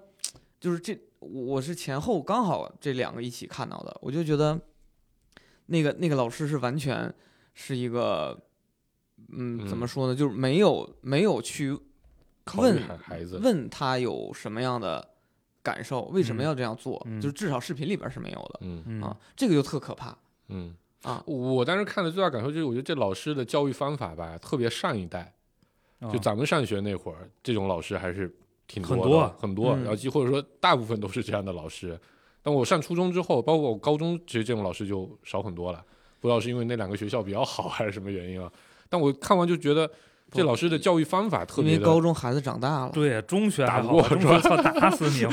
S3: 就是这我是前后刚好这两个一起看到的，我就觉得那个那个老师是完全是一个，嗯，怎么
S5: 嗯
S3: 说呢，就是没有没有去
S5: 考虑
S3: 问
S5: 孩孩子，
S3: 问他有什么样的感受，为什么
S4: 嗯
S3: 要这样做，
S4: 嗯
S3: 就是至少视频里边是没有的、
S5: 嗯
S4: 嗯
S3: 啊，这个就特可怕。
S5: 嗯
S3: 啊
S5: 我当时看的最大感受就是，我觉得这老师的教育方法吧，特别上一代，
S4: 啊
S5: 就咱们上学那会儿，这种老师还是挺
S4: 很
S5: 多啊
S4: 多
S5: 的很多，
S3: 嗯
S5: 然后几或者说大部分都是这样的老师。但我上初中之后，包括我高中，其实这种老师就少很多了。不知道是因为那两个学校比较好，还是什么原因啊？但我看完就觉得这老师的教育方法特
S3: 因
S5: 别
S3: 为
S5: 的
S3: 高中孩子长大了，
S4: 对中学
S5: 打
S4: 还
S5: 不
S4: 好
S5: 过
S4: 吧，中
S5: 是吧
S4: 学操打死
S5: [laughs]
S4: 你！啊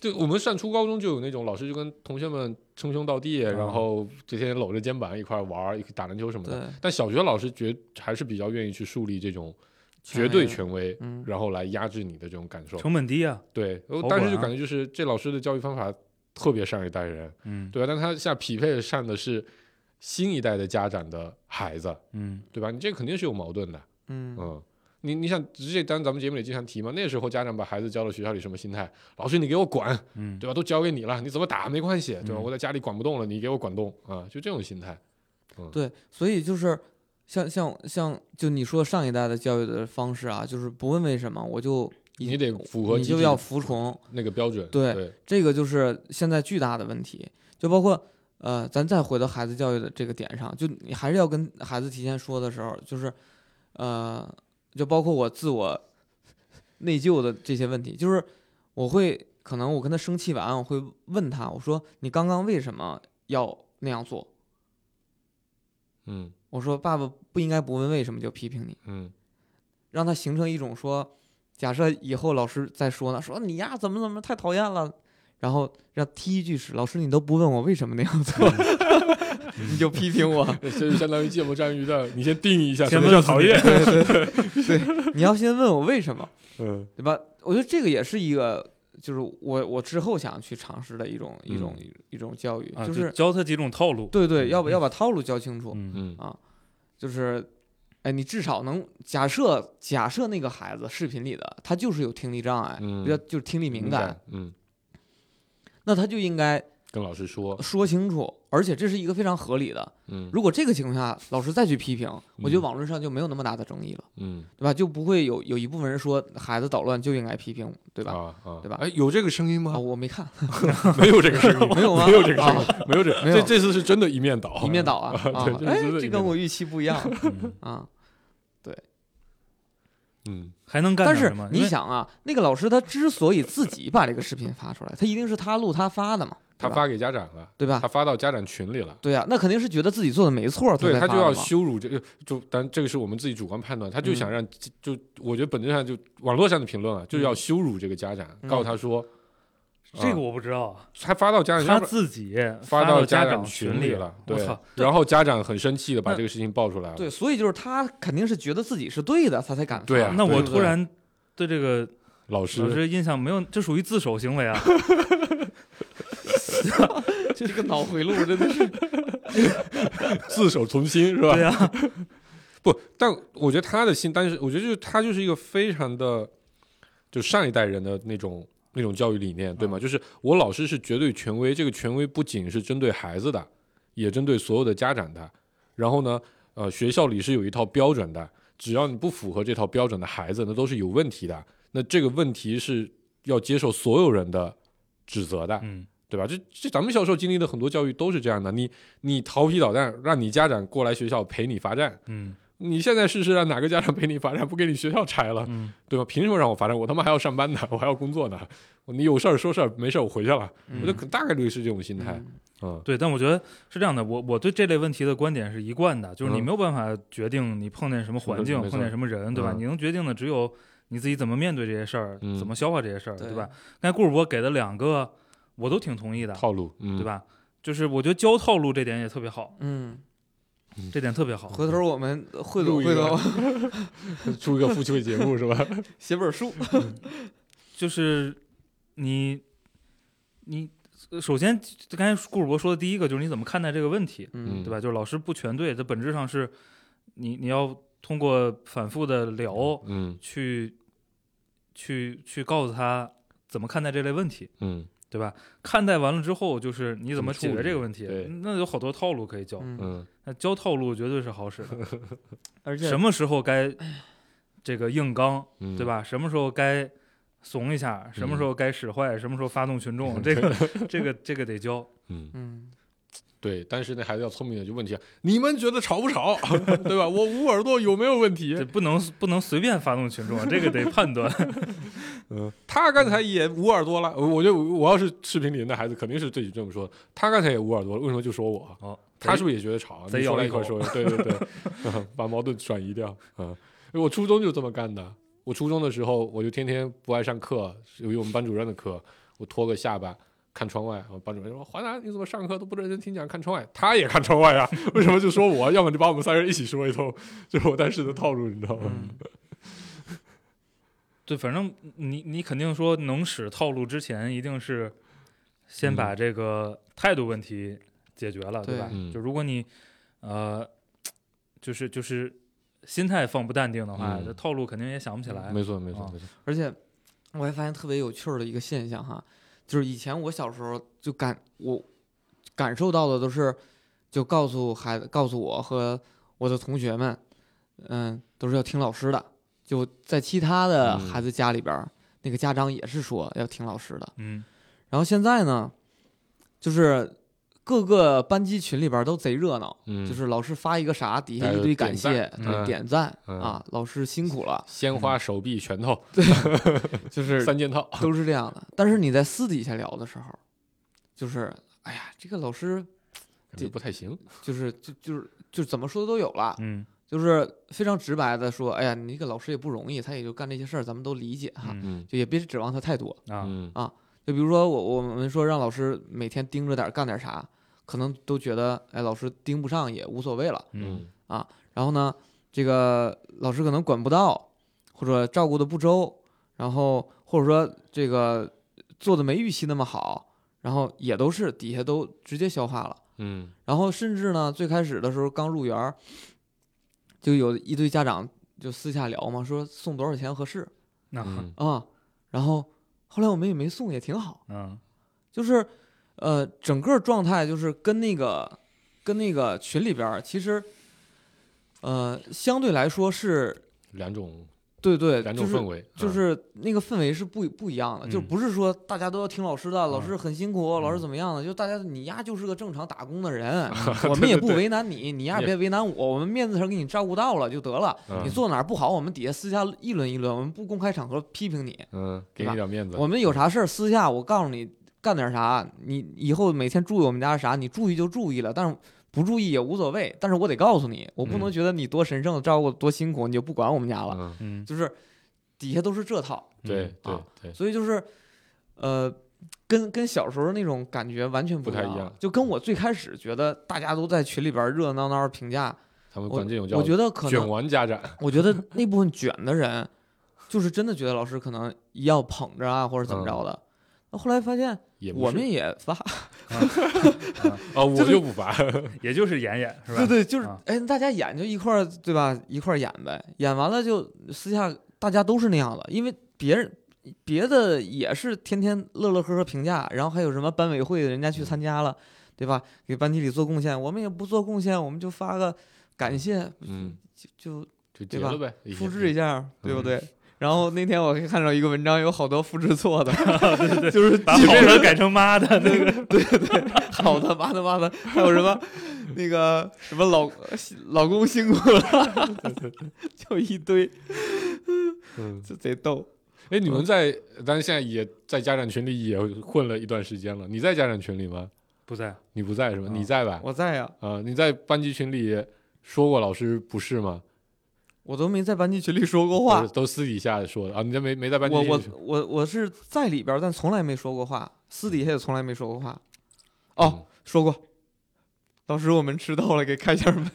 S5: 对，我们上初高中就有那种老师就跟同学们称兄道弟，然后这些人搂着肩膀一块儿玩儿，一块儿打篮球什么的
S3: 对。
S5: 但小学老师绝还是比较愿意去树立这种
S3: 权
S5: 绝对
S3: 威
S5: 权威，
S3: 嗯
S5: 然后来压制你的这种感受。
S4: 成本低啊，
S5: 对，我
S4: 好
S5: 当时
S4: 管
S5: 就
S4: 啊
S5: 感觉就是这老师的教育方法特别上一代人，
S4: 嗯
S5: 对吧？但他现在匹配上的是新一代的家长的孩子，
S4: 嗯
S5: 对吧？你这肯定是有矛盾的，
S3: 嗯，
S5: 嗯。你你想，直接当然咱们节目里经常提嘛，那时候家长把孩子教到学校里什么心态？老师你给我管，
S4: 嗯，
S5: 对吧？都交给你了，你怎么打没关系，对吧？
S4: 嗯
S5: 我在家里管不动了，你给我管动啊，就这种心态。
S3: 对，所以就是像像像就你说上一代的教育的方式啊，就是不问为什么，我就一
S5: 你得符合
S3: 你
S5: 集
S3: 就
S5: 体
S3: 要
S5: 的
S3: 服从，
S5: 那个标准，
S3: 对
S5: 对，
S3: 这个就是现在巨大的问题，就包括。呃，咱再回到孩子教育的这个点上，就你还是要跟孩子提前说的时候，就是，呃，就包括我自我内疚的这些问题，就是我会可能我跟他生气完，我会问他，我说你刚刚为什么要那样做？
S5: 嗯
S3: 我说爸爸不应该不问为什么就批评你。
S5: 嗯
S3: 让他形成一种说，假设以后老师再说呢，说你呀怎么怎么太讨厌了，然后让踢一句屎，老师你都不问我为什么那样做， [laughs] 你就批评我，
S5: 这就相当于芥末章鱼的，你先定义一啊下什
S4: 先
S5: 么
S4: 问
S5: 叫
S4: 自己
S5: 讨厌，
S3: 你要先问我为什么，
S5: 嗯
S3: 对吧？我觉得这个也是一个，就是我我之后想去尝试的一种一种、一种教育，
S4: [laughs]
S3: 嗯
S4: 啊，
S3: 就是嗯
S4: 教他几种套路，
S3: 对对，要把要把套路教清楚，
S5: [laughs]
S4: 嗯
S5: 嗯
S3: 就是。哎，你至少能假设假设那个孩子视频里的他就是有听力障碍，
S5: 嗯
S3: 比较就是听力敏感，，
S5: 嗯，
S3: 那他就应该
S5: 跟老师说，
S3: 说清楚，而且这是一个非常合理的。
S5: 嗯
S3: 如果这个情况下老师再去批评，我觉得
S5: 嗯
S3: 网络上就没有那么大的争议了，
S5: 嗯，
S3: 对吧？就不会有有一部分人说孩子捣乱就应该批评，对
S5: 对
S3: 吧？
S5: 啊啊，
S3: 对吧
S5: 哎，有这个声音
S3: 啊，
S5: 吗？
S3: 我没看，
S5: [laughs] 没有这个声音，
S3: 没有吗？
S5: 没有这个声音
S3: 啊，
S5: 没有这，
S3: 没有
S5: 这这次是真的一面倒，
S3: 一面倒啊啊
S5: [laughs] 对！这
S3: 哎
S5: 是真的，
S3: 这
S5: 一面倒
S3: 跟我预期不一
S5: [laughs]
S3: 样
S4: 嗯
S3: 啊。
S5: 嗯
S4: 还能干
S3: 但
S4: 点
S3: 是
S4: 什么？因
S3: 你
S4: 为
S3: 想啊，那个老师他之所以自己把这个视频发出来，他一定是他录他发的嘛，
S5: 他
S3: 对吧啊
S5: 发给家长了，
S3: 对吧
S5: 他？发到家长群里了。
S3: 对啊，那肯定是觉得自己做的没错，
S5: 对
S3: 才
S5: 他就
S3: 发的
S5: 要
S3: 嘛
S5: 羞辱这个，就但这个是我们自己主观判断，他就
S3: 嗯
S5: 想让这，就我觉得本质上就网络上的评论啊，就是要
S3: 嗯
S5: 羞辱这个家长，告诉他说，
S4: 这个
S5: 啊
S4: 我不知道啊，
S5: 他发到家长，
S4: 他
S5: 要不然
S4: 自己
S5: 发
S4: 到
S5: 家
S4: 长
S5: 群
S4: 里
S5: 了，
S4: 我
S5: 对
S4: 操，，
S5: 然后家长很生气的把
S4: 那
S5: 这个事情爆出来了，
S3: 对，所以就是他肯定是觉得自己是对的，他才敢发。
S5: 对啊
S4: 那我
S5: 对
S4: 突然对这个
S5: 老
S4: 老
S5: 师
S4: 师印象没有，这属于自首行为啊，
S3: [laughs] 这个脑回路真的是，
S5: 自首从轻是吧？
S4: 对
S5: [laughs]
S4: 啊，
S5: 不，但我觉得他的心，但是我觉得就是他就是一个非常的，就上一代人的那种那种教育理念，
S4: 嗯
S5: 对吗？就是我老师是绝对权威，这个权威不仅是针对孩子的，也针对所有的家长的。然后呢，呃，学校里是有一套标准的，只要你不符合这套标准的孩子，那都是有问题的。那这个问题是要接受所有人的指责的，
S4: 嗯
S5: 对吧？这这咱们小时候经历的很多教育都是这样的，你你调皮捣蛋，让你家长过来学校陪你罚站，
S4: 嗯
S5: 你现在试试让哪个家长陪你罚站，不给你学校拆了，
S4: 嗯
S5: 对吧？凭什么让我罚站？我他妈还要上班呢，我还要工作呢，你有事儿说事儿，没事儿我回去了，
S4: 嗯
S5: 我就大概率是这种心态，
S3: 嗯
S5: 嗯
S4: 对，但我觉得是这样的，我我对这类问题的观点是一贯的，就是你
S5: 嗯
S4: 没有办法决定你碰见什么环境，
S5: 没错
S4: 碰见什么人，对吧？
S5: 嗯
S4: 你能决定的只有你自己怎么面对这些事儿，
S5: 嗯
S4: 怎么消化这些事儿，对
S3: 对
S4: 吧？刚才顾主播给的两个，我都挺同意的，
S5: 套路，嗯，
S4: 对？吧？就是我觉得教套路这点也特别好，
S3: 嗯，
S4: 这点特别好。
S3: 回头我们汇
S5: 录
S3: 总
S5: 一
S3: 汇
S5: 个
S3: 总，
S5: 出一个付费节目是吧？
S4: [laughs]
S3: 写本书。
S4: 就是你，你呃首先刚才顾主播说的第一个就是你怎么看待这个问题，
S5: 嗯
S4: 对吧？就是老师不全对，这本质上是你你要通过反复的聊
S5: 嗯
S4: 去去去告诉他怎么看待这类问题，
S5: 嗯
S4: 对吧？看待完了之后，就是你怎么解
S5: 怎么处
S4: 决
S5: 理
S4: 这个问题
S5: 对，
S4: 那有好多套路可以教。
S3: 嗯，
S5: 嗯，
S4: 那教套路绝对是好使的，
S5: [laughs]
S3: 而且
S4: 什么时候该
S5: 哎
S4: 这个硬刚，
S5: 嗯
S4: 对？吧？什么时候该怂一下，什么时候该使坏，什么时候发动群众，
S5: [laughs]
S4: 这个 [laughs] 这个这个得教。
S5: 嗯，
S3: 嗯，
S5: 对，但是那孩子要聪明点，就问题啊，你们觉得吵不吵？ [laughs] 对吧？我捂耳朵有没有问
S4: 这
S5: 题？
S4: 不能不能随便发动群众，这个得判
S5: [laughs]
S4: 断。 [laughs]
S5: 嗯，他刚才也捂耳朵了，我就我要是视频里的那孩子，肯定是自己这么说的。他刚才也捂耳朵了，为什么就说我？
S4: 哦，
S5: 他是不是也觉得吵？啊
S4: 贼
S5: 你说
S4: 咬
S5: 来
S4: 一
S5: 一块
S4: 口
S5: 说，对对对，
S4: [laughs]
S5: 嗯把矛盾转移掉。嗯，我初中就这么干的。我初中的时候，我就天天不爱上课，是由于我们班主任的课，我拖个下巴看窗外。我班主任说：“华南，你怎么上课都不认真听讲，看窗外？”他也看窗外啊，为什么就说我？要么就把我们三个人一起说一通，就是我当时的套路，你知道吗？
S4: 嗯对，反正你你肯定说能使套路之前，一定是先把这个态度问题解决了，对吧？
S5: 嗯对嗯
S4: 就如果你呃，就是就是心态放不淡定的话，
S5: 嗯
S4: 这套路肯定也想不起来。
S5: 没错，没
S4: 啊
S5: 错，没错。
S3: 而且我还发现特别有趣儿的一个现象哈，就是以前我小时候就感我感受到的都是，就告诉孩子、告诉我和我的同学们，嗯，都是要听老师的。就在其他的
S5: 嗯
S3: 孩子家里边儿，那个家长也是说要听老师的。
S4: 嗯
S3: 然后现在呢，就是各个班级群里边儿都贼热闹，
S5: 嗯，
S3: 就是老师发一个啥，底下
S5: 大家
S3: 一
S5: 就
S3: 堆感
S5: 点赞
S3: 谢、
S5: 嗯
S3: 对点赞、
S5: 嗯
S3: 啊，老师辛苦了，
S5: 鲜花、手臂、拳头
S3: 就是
S5: 三件套。
S3: 都是这样的。但是你在私底下聊的时候，就是哎呀，这个老师
S5: 感觉不太行，
S3: 就是就就是就怎么说的都有了，
S4: 嗯
S3: 就是非常直白的说，哎呀，你这个老师也不容易，他也就干这些事儿，咱们都理解哈，
S4: 嗯
S5: 嗯
S3: 就也别指望他太多。
S4: 啊
S5: 嗯
S3: 就比如说我我们说让老师每天盯着点儿干点啥，可能都觉得哎，老师盯不上也无所谓了。
S4: 嗯
S3: 然后呢，这个老师可能管不到，或者照顾的不周，然后或者说这个做的没预期那么好，然后也都是底下都直接消化了。
S5: 嗯
S3: 然后甚至呢，最开始的时候刚入园儿，就有一堆家长就私下聊嘛，说送多少钱合适
S4: 那
S5: 嗯
S3: 啊、然后后来我们也没送，也挺好，
S4: 嗯
S3: 就是呃，整个状态就是跟那个跟那个群里边儿其实。呃，相对来说是
S5: 两种
S3: 对对，呃
S5: 两
S3: 就
S5: 种
S3: 是
S5: 氛围，
S3: 就
S5: 嗯，
S3: 是那个氛围是不不一样的，就
S4: 嗯
S3: 不是说大家都要听老师的，老
S4: 嗯
S3: 师很辛苦，老师
S4: 嗯
S3: 怎么样的，就大家你呀就是个正常打工的人我们
S5: [laughs] 对
S3: 也
S5: 对
S3: 不
S5: 对
S3: 为难你，你呀
S5: 也
S3: 别为难我，我们面子上给你照顾到了就得了。
S5: 嗯
S3: 你做哪儿不好，我们底下私下议论议论，我们不公开场合批评你。
S5: 嗯，
S3: 对
S5: 给你
S3: 吧
S5: 点面子。
S3: 我们有啥事儿私下我告诉你干点啥，你以后每天注意我们家啥，你注意就注意了，但是不注意也无所谓。但是我得告诉你，我不能
S5: 嗯
S3: 觉得你多神圣照顾多辛苦，你就不管我们家了，
S5: 嗯，
S4: 嗯，
S3: 就是底下都是这套。
S5: 对对
S3: 啊
S5: 对，
S3: 所以就是，呃，跟跟小时候那种感觉完全
S5: 不太一
S3: 样，
S5: 样
S3: 就跟我最开始觉得大家都在群里边热热闹闹评价，
S5: 他们
S3: 我
S5: 管这种叫
S3: 我觉得可
S5: 卷
S3: 能，
S5: 完家长，
S3: 我觉得那部分卷的人，就是真的觉得老师可能要捧着啊，或者怎么着的。
S5: 嗯
S3: 那后来发现
S5: 也不
S3: 我
S5: 是
S3: 们也发，
S5: 啊，我
S3: 就是
S5: 就不
S3: [laughs]
S5: 罚，
S4: 也就是演演是吧？
S3: 对对，就是
S4: 啊
S3: 哎，大家演就一块儿对吧？一块儿演呗，演完了就私下大家都是那样的，因为别人。别的也是天天乐乐呵呵评价，然后还有什么班委会的人家去参加了，对吧？给班级里做贡献，我们也不做贡献，我们就发个感谢，
S5: 嗯，
S3: 就
S5: 就结
S3: 对吧
S5: 了呗，
S3: 复制一嗯
S5: 下，
S3: 下，对不对？然后那天我还看到一个文章，有好多复制 [laughs] 错的，
S4: 就是把好的改成妈的那个，
S3: [laughs] 好的，妈的，妈的，还有什么那个什么老老公辛苦了， [laughs] 就一堆，
S5: 嗯，
S3: 这贼逗。
S5: 哎，你
S3: 嗯
S5: 们在，但是现在也在家长群里也混了一段时间了。你在家长群里吗？
S4: [laughs] 不在，
S5: 你不在是吧？
S4: 啊
S5: 你在吧？
S3: 我在呀、
S5: 啊，你在班级群里说过老师不是吗？
S3: 我都没在班级群里说过话
S5: 都。都私底下说的啊，你这没没在班级
S3: 我
S5: 群里
S3: 我
S5: 说
S3: 我我是在里边儿，但从来没说过话，私底下也从来没说过话。
S5: 嗯
S3: 哦，说过，老师，我们迟到了，给开下门。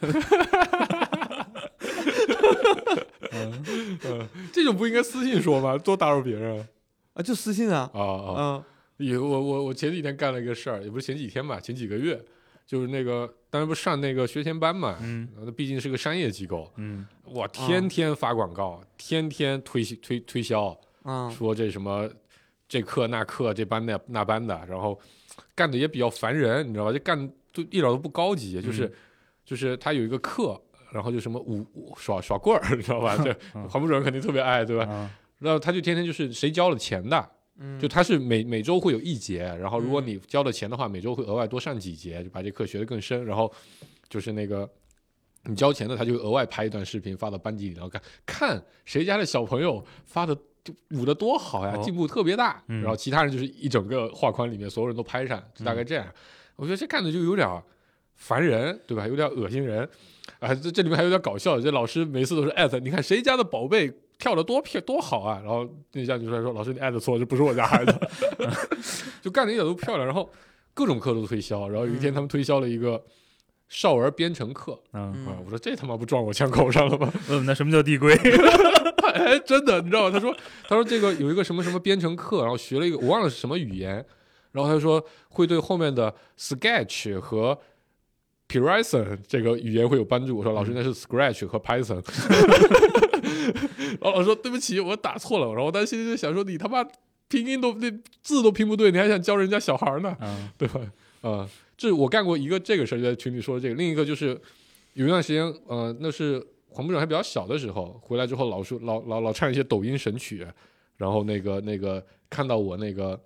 S5: 嗯 [laughs] 这种不应该私信说吗？多打扰别人啊
S3: 啊，就私信啊，
S5: 啊！啊
S3: 嗯，
S5: 有我我我前几天干了一个事儿，也不是前几天吧，前几个月，就是那个当时不是上那个学前班嘛，
S4: 嗯
S5: 那毕竟是个商业机构，
S4: 嗯
S5: 我天天发广告，天天推推推销，
S3: 啊，
S5: 说这什么这课那课这班那那班的，然后干的也比较烦人，你知道吧？就干得都一点都不高级，就是、就是他有一个课，然后就什么舞舞耍耍棍儿，你知道吧？这
S4: 嗯
S5: 黄不准肯定特别爱，对吧？
S4: 啊
S5: 然后他就天天就是谁交了钱的，
S3: 嗯，
S5: 就他是每每周会有一节，然后如果
S3: 嗯
S5: 你交了钱的话，每周会额外多上几节，就把这课学得更深。然后就是那个你交钱的，他就额外拍一段视频发到班级里，然后看看谁家的小朋友发的就舞的多好呀，
S4: 哦
S5: 进步特别大。
S4: 嗯
S5: 然后其他人就是一整个画框里面所有人都拍上，就大概这样。我觉得这干的就有点儿烦人，对吧？有点儿恶心人。啊，这这里面还有点搞笑，这老师每次都是艾特，你看谁家的宝贝跳的多漂多好啊，然后那家就出来说，老师你艾特错了，这不是我家孩子， [laughs] 就干的一点都不漂亮，然后各种课都推销，然后有一天他们推销了一个少儿编程课
S4: 嗯，
S5: 啊、
S3: 嗯
S5: 我说这他妈不撞我枪口上了吗？
S4: 问问他什么叫递 [laughs] 归？
S5: [laughs] 哎，真的，你知道吗？他说，他说这个有一个什么什么编程课，然后学了一个我忘了是什么语言，然后他说会对后面的 Sketch 和 Python 这个语言会有帮助。我说老师，那是 Scratch 和 Python。然后老师说对不起，我打错了。然后我当时心里就想说，你他妈拼音都那字都拼不对，你还想教人家小孩呢？
S4: 嗯
S5: 对吧？ [laughs] 啊、这我干过一个这个事儿，就在群里说的这个。另一个就是有一段时间，呃，那是黄部长还比较小的时候，回来之后老说老老老唱一些抖音神曲，然后那个那个看到我那个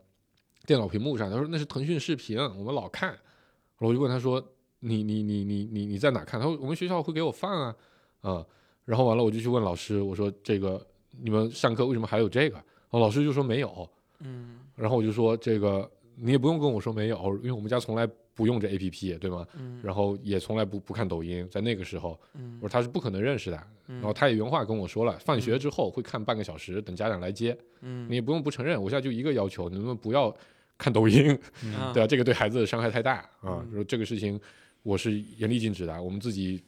S5: 电脑屏幕上，他说那是腾讯视频，我们老看。然后我就问他说：“你你你你你你在哪看？”他说：“我们学校会给我放啊，啊、然后完了我就去问老师，我说：“这个你们上课为什么还有这个？”然后老师就说没有。
S3: 嗯
S5: 然后我就说这个你也不用跟我说没有，因为我们家从来不用这 A P P，对吗？
S3: 嗯
S5: 然后也从来不不看抖音，在那个时候，我
S3: 嗯
S5: 说他是不可能认识的。然后他也原话跟我说了，放学之后会看半个小时，等家长来接。
S3: 嗯，
S5: 你也不用不承认，我现在就一个要求，你们不要看抖音，
S3: 啊
S4: 嗯
S5: 对吧、这个对孩子的伤害太大啊
S3: 嗯！
S5: 说这个事情我是严厉禁止的，我们自己。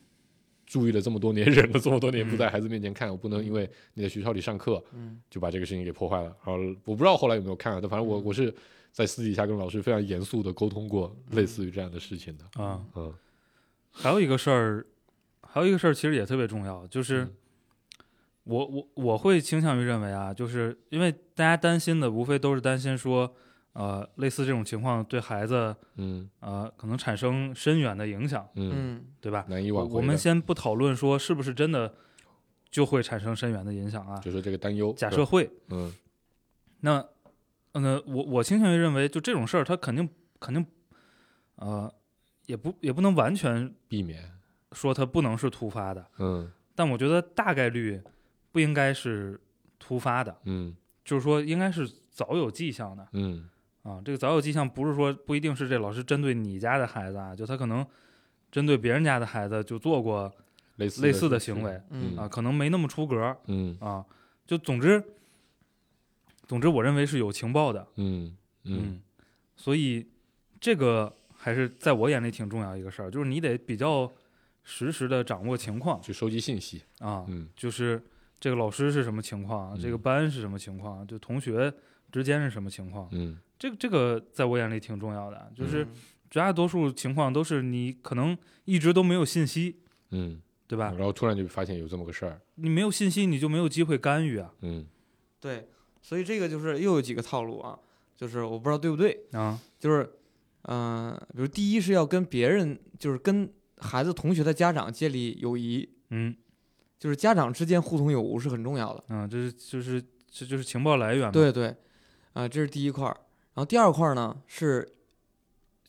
S5: 注意了这么多年，忍了这么多年，
S4: 嗯
S5: 不在孩子面前看，我不能因为你在学校里上课，
S3: 嗯
S5: 就把这个事情给破坏了。然后我不知道后来有没有看啊，但反正我
S4: 嗯
S5: 我是在私底下跟老师非常严肃的沟通过
S4: 嗯
S5: 类似于这样的事情的。
S4: 啊，
S5: 嗯
S4: 还有一个事儿，还有一个事儿其实也特别重要，就是
S5: 嗯
S4: 我我我会倾向于认为啊，就是因为大家担心的无非都是担心说，呃，类似这种情况对孩子
S5: 嗯
S4: 呃可能产生深远的影响，
S5: 嗯，
S3: 嗯
S4: 对吧？
S5: 难以
S4: 我
S5: 挽回的。
S4: 我们先不讨论说是不是真的就会产生深远的影响啊，
S5: 就说这个担忧，
S4: 假
S5: 是
S4: 设
S5: 吧
S4: 会，
S5: 嗯
S4: 那，嗯，我我倾向于认为，就这种事儿，它肯定肯定，呃，也不也不能完全
S5: 避免
S4: 说它不能是突发的，
S5: 嗯
S4: 但我觉得大概率不应该是突发的，
S5: 嗯
S4: 就是说应该是早有迹象的
S5: 嗯
S4: 啊。这个早有迹象不是说不一定是这老师针对你家的孩子啊，就他可能针对别人家的孩子就做过
S5: 类似
S4: 类似的
S5: 的
S4: 行为
S3: 嗯
S4: 啊，可能没那么出格儿
S5: 嗯
S4: 啊。就总之，总之我认为是有情报的。
S5: 嗯嗯
S4: 嗯，所以这个还是在我眼里挺重要一个事儿，就是你得比较实时的掌握情况
S5: 去收集信息，
S4: 啊，
S5: 嗯
S4: 就是这个老师是什么情况，这个
S5: 嗯
S4: 班是什么情况，就同学之间是什么情况，
S5: 嗯
S4: 这个这个在我眼里挺重要的，就是
S3: 嗯
S4: 绝大多数情况都是你可能一直都没有信息，
S5: 嗯，
S4: 对吧
S5: 然？后突然就发现有这么个事儿，
S4: 你没有信息，你就没有机会干预啊
S5: 嗯
S3: 对，所以这个就是又有几个套路啊，就是我不知道对不对，
S4: 啊，
S3: 就是，嗯、比如第一是要跟别人，就是跟孩子同学的家长建立友谊，
S4: 嗯
S3: 就是家长之间互通有无是很重要的。
S4: 嗯，这是就是这就是情报来源嘛，
S3: 对对，啊、这是第一块儿。然后第二块儿呢是，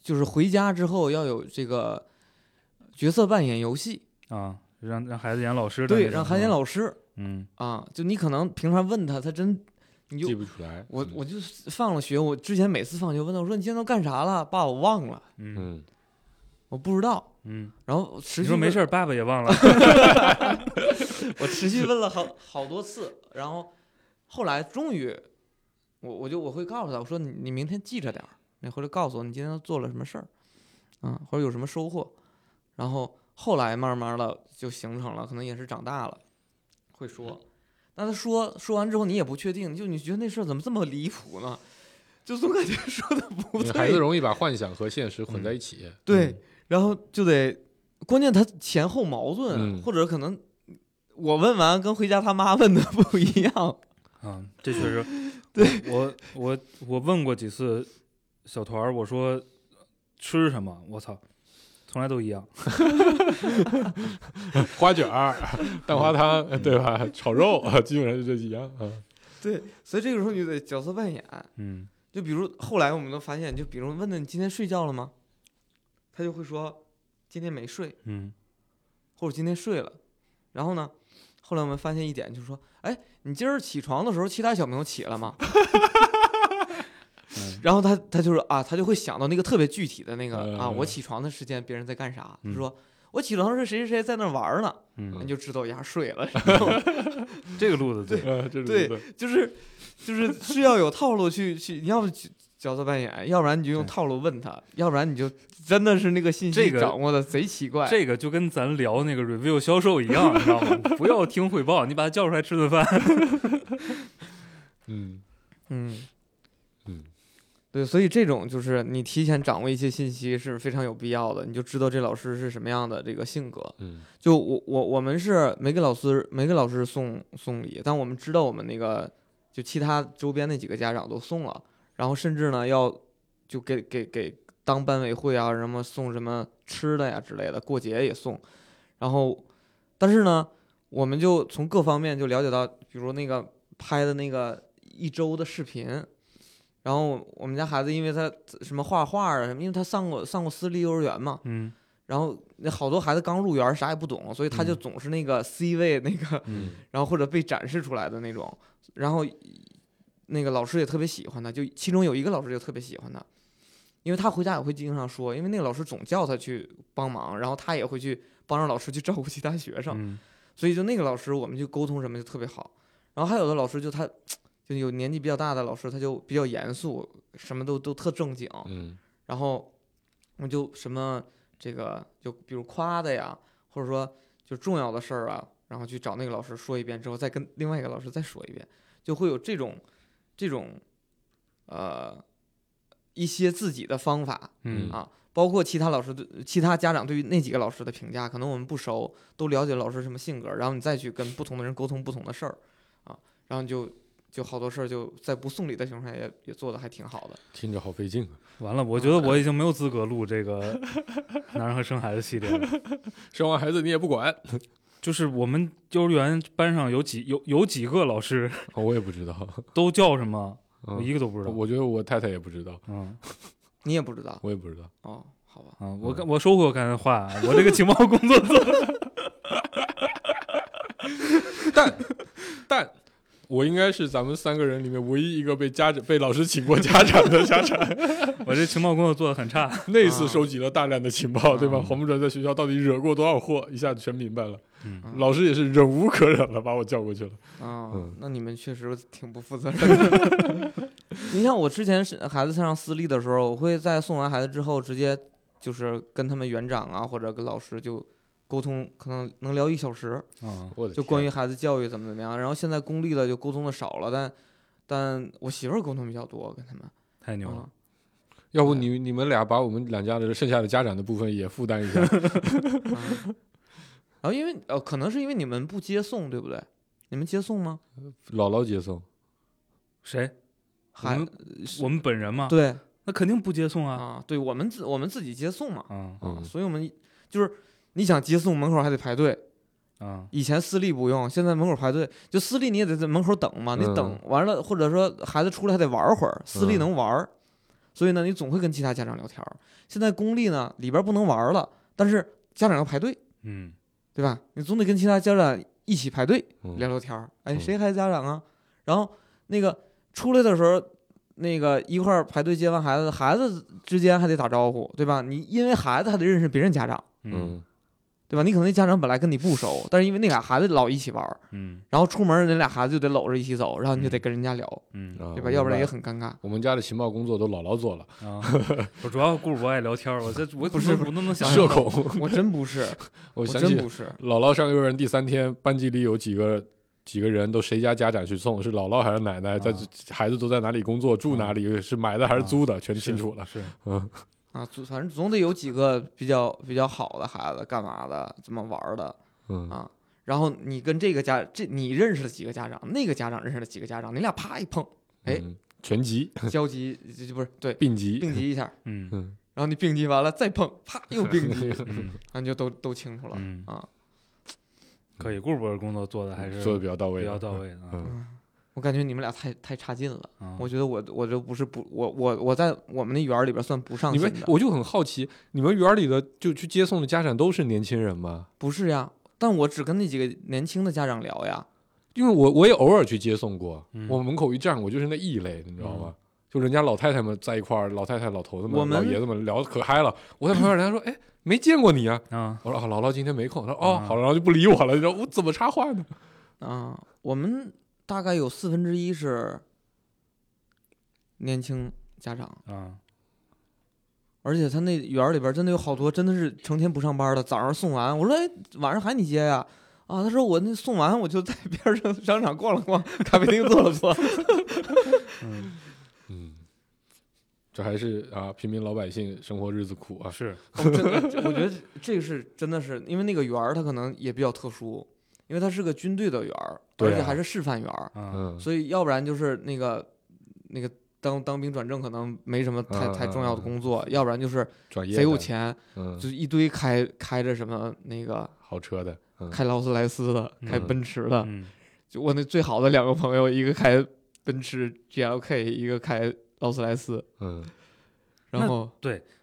S3: 就是回家之后要有这个角色扮演游戏，
S4: 啊，让让孩子演老师的那
S3: 对，
S4: 种
S3: 让孩子演
S4: 是吧
S3: 老师
S4: 嗯
S3: 啊，就你可能平常问他，他真你
S5: 记
S3: 就
S5: 不出来。
S3: 我
S5: 嗯
S3: 我就放了学，我之前每次放学问他，我说你今天都干啥了？爸，我忘了，
S4: 嗯
S5: 嗯，
S3: 我不知道。
S4: 嗯，
S3: 然后持
S4: 你
S3: 续
S4: 说没
S3: 问
S4: 事，儿，爸爸也忘 [laughs] 了，
S3: 我持续问了好好多次，然后后来终于，我我就我会告诉他，我说你你明天记着点儿，你回来告诉我你今天都做了什么事儿，嗯，或者有什么收获。然后后来慢慢的就形成了，可能也是长大了，会说。但他说说完之后，你也不确定，就你觉得那事儿怎么这么离谱呢？就总感觉说的不
S5: 因为孩子
S3: 对，
S5: 容易把幻想和现实混在一起。
S3: 对，然后就得，关键他前后矛盾，啊
S5: 嗯
S3: 或者可能我问完跟回家他妈问的不一样，
S4: 嗯，这确实， [laughs] 对我我我问过几次小团儿，我说吃什么？我操，从来都一样。
S5: 嗯，花卷儿、 [laughs] 蛋花汤，对吧？炒肉， [laughs] 基本上就这几样。嗯
S3: [laughs] 对，所以这个时候你就得角色扮演。
S4: 嗯
S3: 就比如后来我们都发现，就比如问他你今天睡觉了吗？他就会说今天没睡，
S4: 嗯
S3: 或者今天睡了。然后呢，后来我们发现一点就是说，哎，你今儿起床的时候，其他小朋友起了吗？ [laughs]
S4: 嗯
S3: 然后他他就是啊，他就会想到那个特别具体的那个啊，
S5: 嗯
S3: 我起床的时间别人在干啥？他
S4: 嗯
S3: 说我起床的时候谁谁谁在那儿玩儿呢，你
S4: 嗯，
S3: 就知道丫睡
S4: [laughs]
S3: 了，你知道吗
S4: 这个路子对，
S5: 呃，这是
S3: 对
S5: 对
S3: 就是就是是要有套路去去，你要不去角色扮演，要不然你就用
S4: 对
S3: 套路问他，要不然你就真的是那个信
S4: 这
S3: 息
S4: 个
S3: 掌握的贼奇怪。
S4: 这个就跟咱聊那个 review 销售一样，你知道吗？ [laughs] 不要听汇报，你把他叫出来吃顿饭。
S5: 嗯
S3: 嗯，
S5: 嗯，
S3: 对，所以这种就是你提前掌握一些信息是非常有必要的，你就知道这老师是什么样的这个性格。
S5: 嗯
S3: 就我我我们是没给老师没给老师送送礼，但我们知道我们那个就其他周边那几个家长都送了，然后甚至呢要就给给给当班委会啊什么送什么吃的呀之类的，过节也送，然后但是呢我们就从各方面就了解到，比如那个拍的那个一周的视频，然后我们家孩子因为他什么画画啊什么，因为他上过上过私立幼儿园嘛，
S4: 嗯
S3: 然后那好多孩子刚入园儿啥也不懂，所以他就总是那个 C 位那个，
S5: 嗯
S3: [laughs] 然后或者被展示出来的那种。然后那个老师也特别喜欢他，就其中有一个老师就特别喜欢他，因为他回家也会经常说，因为那个老师总叫他去帮忙，然后他也会去帮着老师去照顾其他学生，
S4: 嗯
S3: 所以就那个老师我们就沟通什么就特别好。然后还有的老师就他就有年纪比较大的老师，他就比较严肃，什么都都特正经，
S5: 嗯
S3: 然后我就什么这个就比如夸的呀，或者说就重要的事儿啊，然后去找那个老师说一遍之后，再跟另外一个老师再说一遍，就会有这种这种呃一些自己的方法，
S4: 嗯
S3: 啊，包括其他老师对其他家长对于那几个老师的评价，可能我们不熟，都了解老师什么性格，然后你再去跟不同的人沟通不同的事儿啊，然后你就就好多事儿就在不送礼的情况下也也做的还挺好的。
S5: 听着好费劲啊。
S4: 完了，我觉得我已经没有资格录这个男人和生孩子系列了。 [laughs]
S5: 生完孩子你也不管，
S4: 就是我们幼儿园班上有几有有几个老师
S5: [laughs] 我也不知道。
S4: 都叫什么，我
S5: 嗯
S4: 一个都不知道。
S5: [laughs] 我觉得我太太也不知道，
S4: 嗯
S3: 你也不知道
S5: 我也不知道。
S3: 哦，好吧。
S4: 啊，我刚我收回我刚才的话啊，我这个情报工作做得
S5: 但 [laughs] 但我应该是咱们三个人里面唯一一个被家长被老师请过家长的家长。
S4: [laughs] 我这情报工作做的很差。
S5: [laughs] 那次收集了大量的情报，
S3: 啊
S5: 对吧？黄不准在学校到底惹过多少祸，一下全明白了。
S4: 嗯
S3: 嗯
S5: 老师也是忍无可忍了，把我叫过去了。
S3: 啊、
S5: 嗯
S3: 那你们确实挺不负责任的。
S4: [laughs]
S3: 你像我之前是孩子上私立的时候，我会在送完孩子之后，直接就是跟他们园长啊，或者跟老师就沟通，可能能聊一小时，
S4: 啊，
S5: 我的
S3: 就关于孩子教育怎么怎么样。然后现在公立的就沟通的少了，但但我媳妇儿沟通比较多，跟他们。
S4: 太牛了
S3: 啊！
S5: 要不你你们俩把我们两家的剩下的家长的部分也负担 [laughs] 一下，
S3: 啊然后因为呃，可能是因为你们不接送，对不对？你们接送吗？
S5: 姥姥接送。
S4: 谁？
S3: 还
S4: 们我们本人吗？
S3: 对
S4: 那肯定不接送啊。
S3: 啊，对我们自我们自己接送嘛。
S4: 啊，
S3: 啊，
S5: 嗯
S3: 所以我们就是你想接送门口还得排队，
S4: 嗯
S3: 以前私立不用，现在门口排队，就私立你也得在门口等嘛，你
S5: 嗯
S3: 等完了，或者说孩子出来还得玩会儿，私立
S5: 嗯
S3: 能玩儿，所以呢，你总会跟其他家长聊天儿。现在公立呢，里边不能玩儿了，但是家长要排队，
S4: 嗯
S3: 对吧？你总得跟其他家长一起排队
S5: 嗯
S3: 聊聊天儿。哎，
S5: 嗯
S3: 谁孩子家长啊？然后那个出来的时候，那个一块儿排队接完孩子，孩子之间还得打招呼，对吧？你因为孩子还得认识别人家长，
S4: 嗯
S3: 对吧？你可能那家长本来跟你不熟，但是因为那俩孩子老一起玩儿。
S4: 嗯
S3: 然后出门那俩孩子就得搂着一起走，然后你就得跟人家聊，
S4: 嗯
S5: 啊
S3: 对吧？要不然也
S5: 明白
S3: 很尴尬。
S5: 我们家的情报工作都姥姥做了，
S4: [laughs] 啊！我主要顾主播爱聊天儿，我这我
S3: 不是
S4: 我都能想
S5: 社
S4: 象到
S5: 恐。
S3: 我真不是，
S5: 我
S3: 我
S5: 想
S3: 真
S5: 起
S3: 不是，
S5: 姥姥上幼儿园第三天，班级里有几个几个人都谁家家长去送，是姥姥还是奶奶，在、
S4: 啊
S5: 孩子都在哪里工作，住哪里，是买的还是租的，全清楚了。
S4: 是
S5: 嗯
S3: 啊，总反正总得有几个比较比较好的孩子，干嘛的，怎么玩儿的。
S5: 嗯
S3: 啊然后你跟这个家，这你认识了几个家长，那个家长认识了几个家长，你俩啪一碰，哎
S5: 嗯，全集
S3: 交集就就不是对
S5: 并集，
S3: 并集一下，
S4: [laughs] 嗯
S5: 嗯
S3: 然后你并集完了再碰，啪又
S5: [laughs]
S3: 并集，然
S4: 嗯
S3: 后你就都都清楚了。
S4: 嗯
S3: 啊，
S4: 可以，顾主播的工作做的还是
S5: 做的比较到位，
S4: 比较到。位的啊
S5: 嗯
S3: 我感觉你们俩太太差劲了，
S4: 啊。
S3: 我觉得我我就不是不我我我在我们那园儿里边算不上
S5: 你
S3: 心的
S5: 们。我就很好奇，你们园里的就去接送的家长都是年轻人吗？
S3: 不是呀，但我只跟那几个年轻的家长聊呀。
S5: 因为我我也偶尔去接送过，
S4: 嗯
S5: 我门口一站，我就是那异类，你知道吗？就人家老太太们在一块儿，老太太、老头子
S3: 我
S5: 们、
S3: 们
S5: 老爷子们聊得可嗨了。我在旁边，人家说：“哎，没见过你啊！”
S4: 啊，
S5: 我说啊，姥姥今天没空。他说哦，
S4: 嗯
S5: 好了，然后就不理我了。你知道我怎么插话呢？
S3: 啊，我们大概有四分之一是年轻家长，
S4: 啊，
S3: 而且他那园儿里边真的有好多真的是成天不上班的，早上送完，我说哎，晚上喊你接呀。啊，他说我那送完我就在 [laughs] 边上商场逛了逛，咖啡厅坐了坐。
S4: 嗯，
S5: 嗯，这还是啊，平民老百姓生活日子苦啊。
S4: 是，
S3: 我哦真的这我觉得这个是真的是因为那个园儿它可能也比较特殊，因为它是个军队的园儿，
S5: 对
S3: 而且
S5: 啊
S3: 还是示范园儿，
S4: 啊，
S5: 嗯，
S3: 所以要不然就是那个那个当当兵转正可能没什么
S5: 嗯
S3: 太太重要的工作，要不然就是
S5: 转业
S3: 贼有
S5: 的，
S3: 钱，
S5: 嗯，
S3: 就一堆开开着什么那个
S5: 豪车的，嗯，
S3: 开劳斯莱斯的，
S4: 嗯
S3: 开奔驰的。
S4: 嗯，
S3: 就我那最好的两个朋友，一个开奔驰 GLK，一个开劳斯莱斯。
S5: 嗯
S3: 然后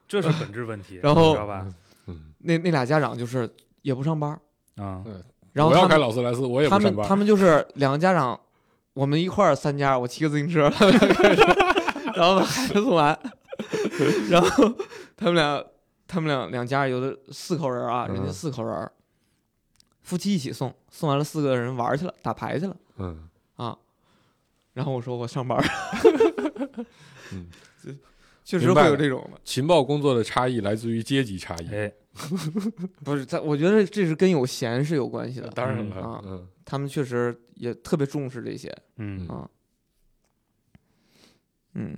S4: 这是本质问题，
S3: 然
S4: 你
S3: 后
S4: 知道吧？
S5: 嗯，
S3: 那那俩家长就是也不上班，
S4: 啊，
S3: 然后
S5: 我
S3: 他
S5: 要开
S3: 们
S5: 劳斯莱斯，我也
S3: 他
S5: 不上
S3: 们
S5: 班
S3: 他。们就是两个家长，我们一块儿三家，我骑个自行车，他们俩开始然后把孩子送完，然后他们俩他们俩两家有的四口人啊，人家
S5: 嗯
S3: 四口人儿，夫妻一起送，送完了四个人玩儿去了，打牌去了。啊
S5: 嗯
S3: 然后我说我上班儿， [laughs]
S5: 嗯，
S3: 确实
S5: 明白
S3: 会有
S5: 了
S3: 这种的，
S5: 情报工作的差异来自于阶级差异，
S4: 哎，
S3: 不是在我觉得这是跟有闲是有关系的，
S5: 当然
S4: 嗯
S5: 了
S3: 啊，
S5: 嗯
S3: 他们确实也特别重视这些，
S4: 嗯
S3: 啊嗯。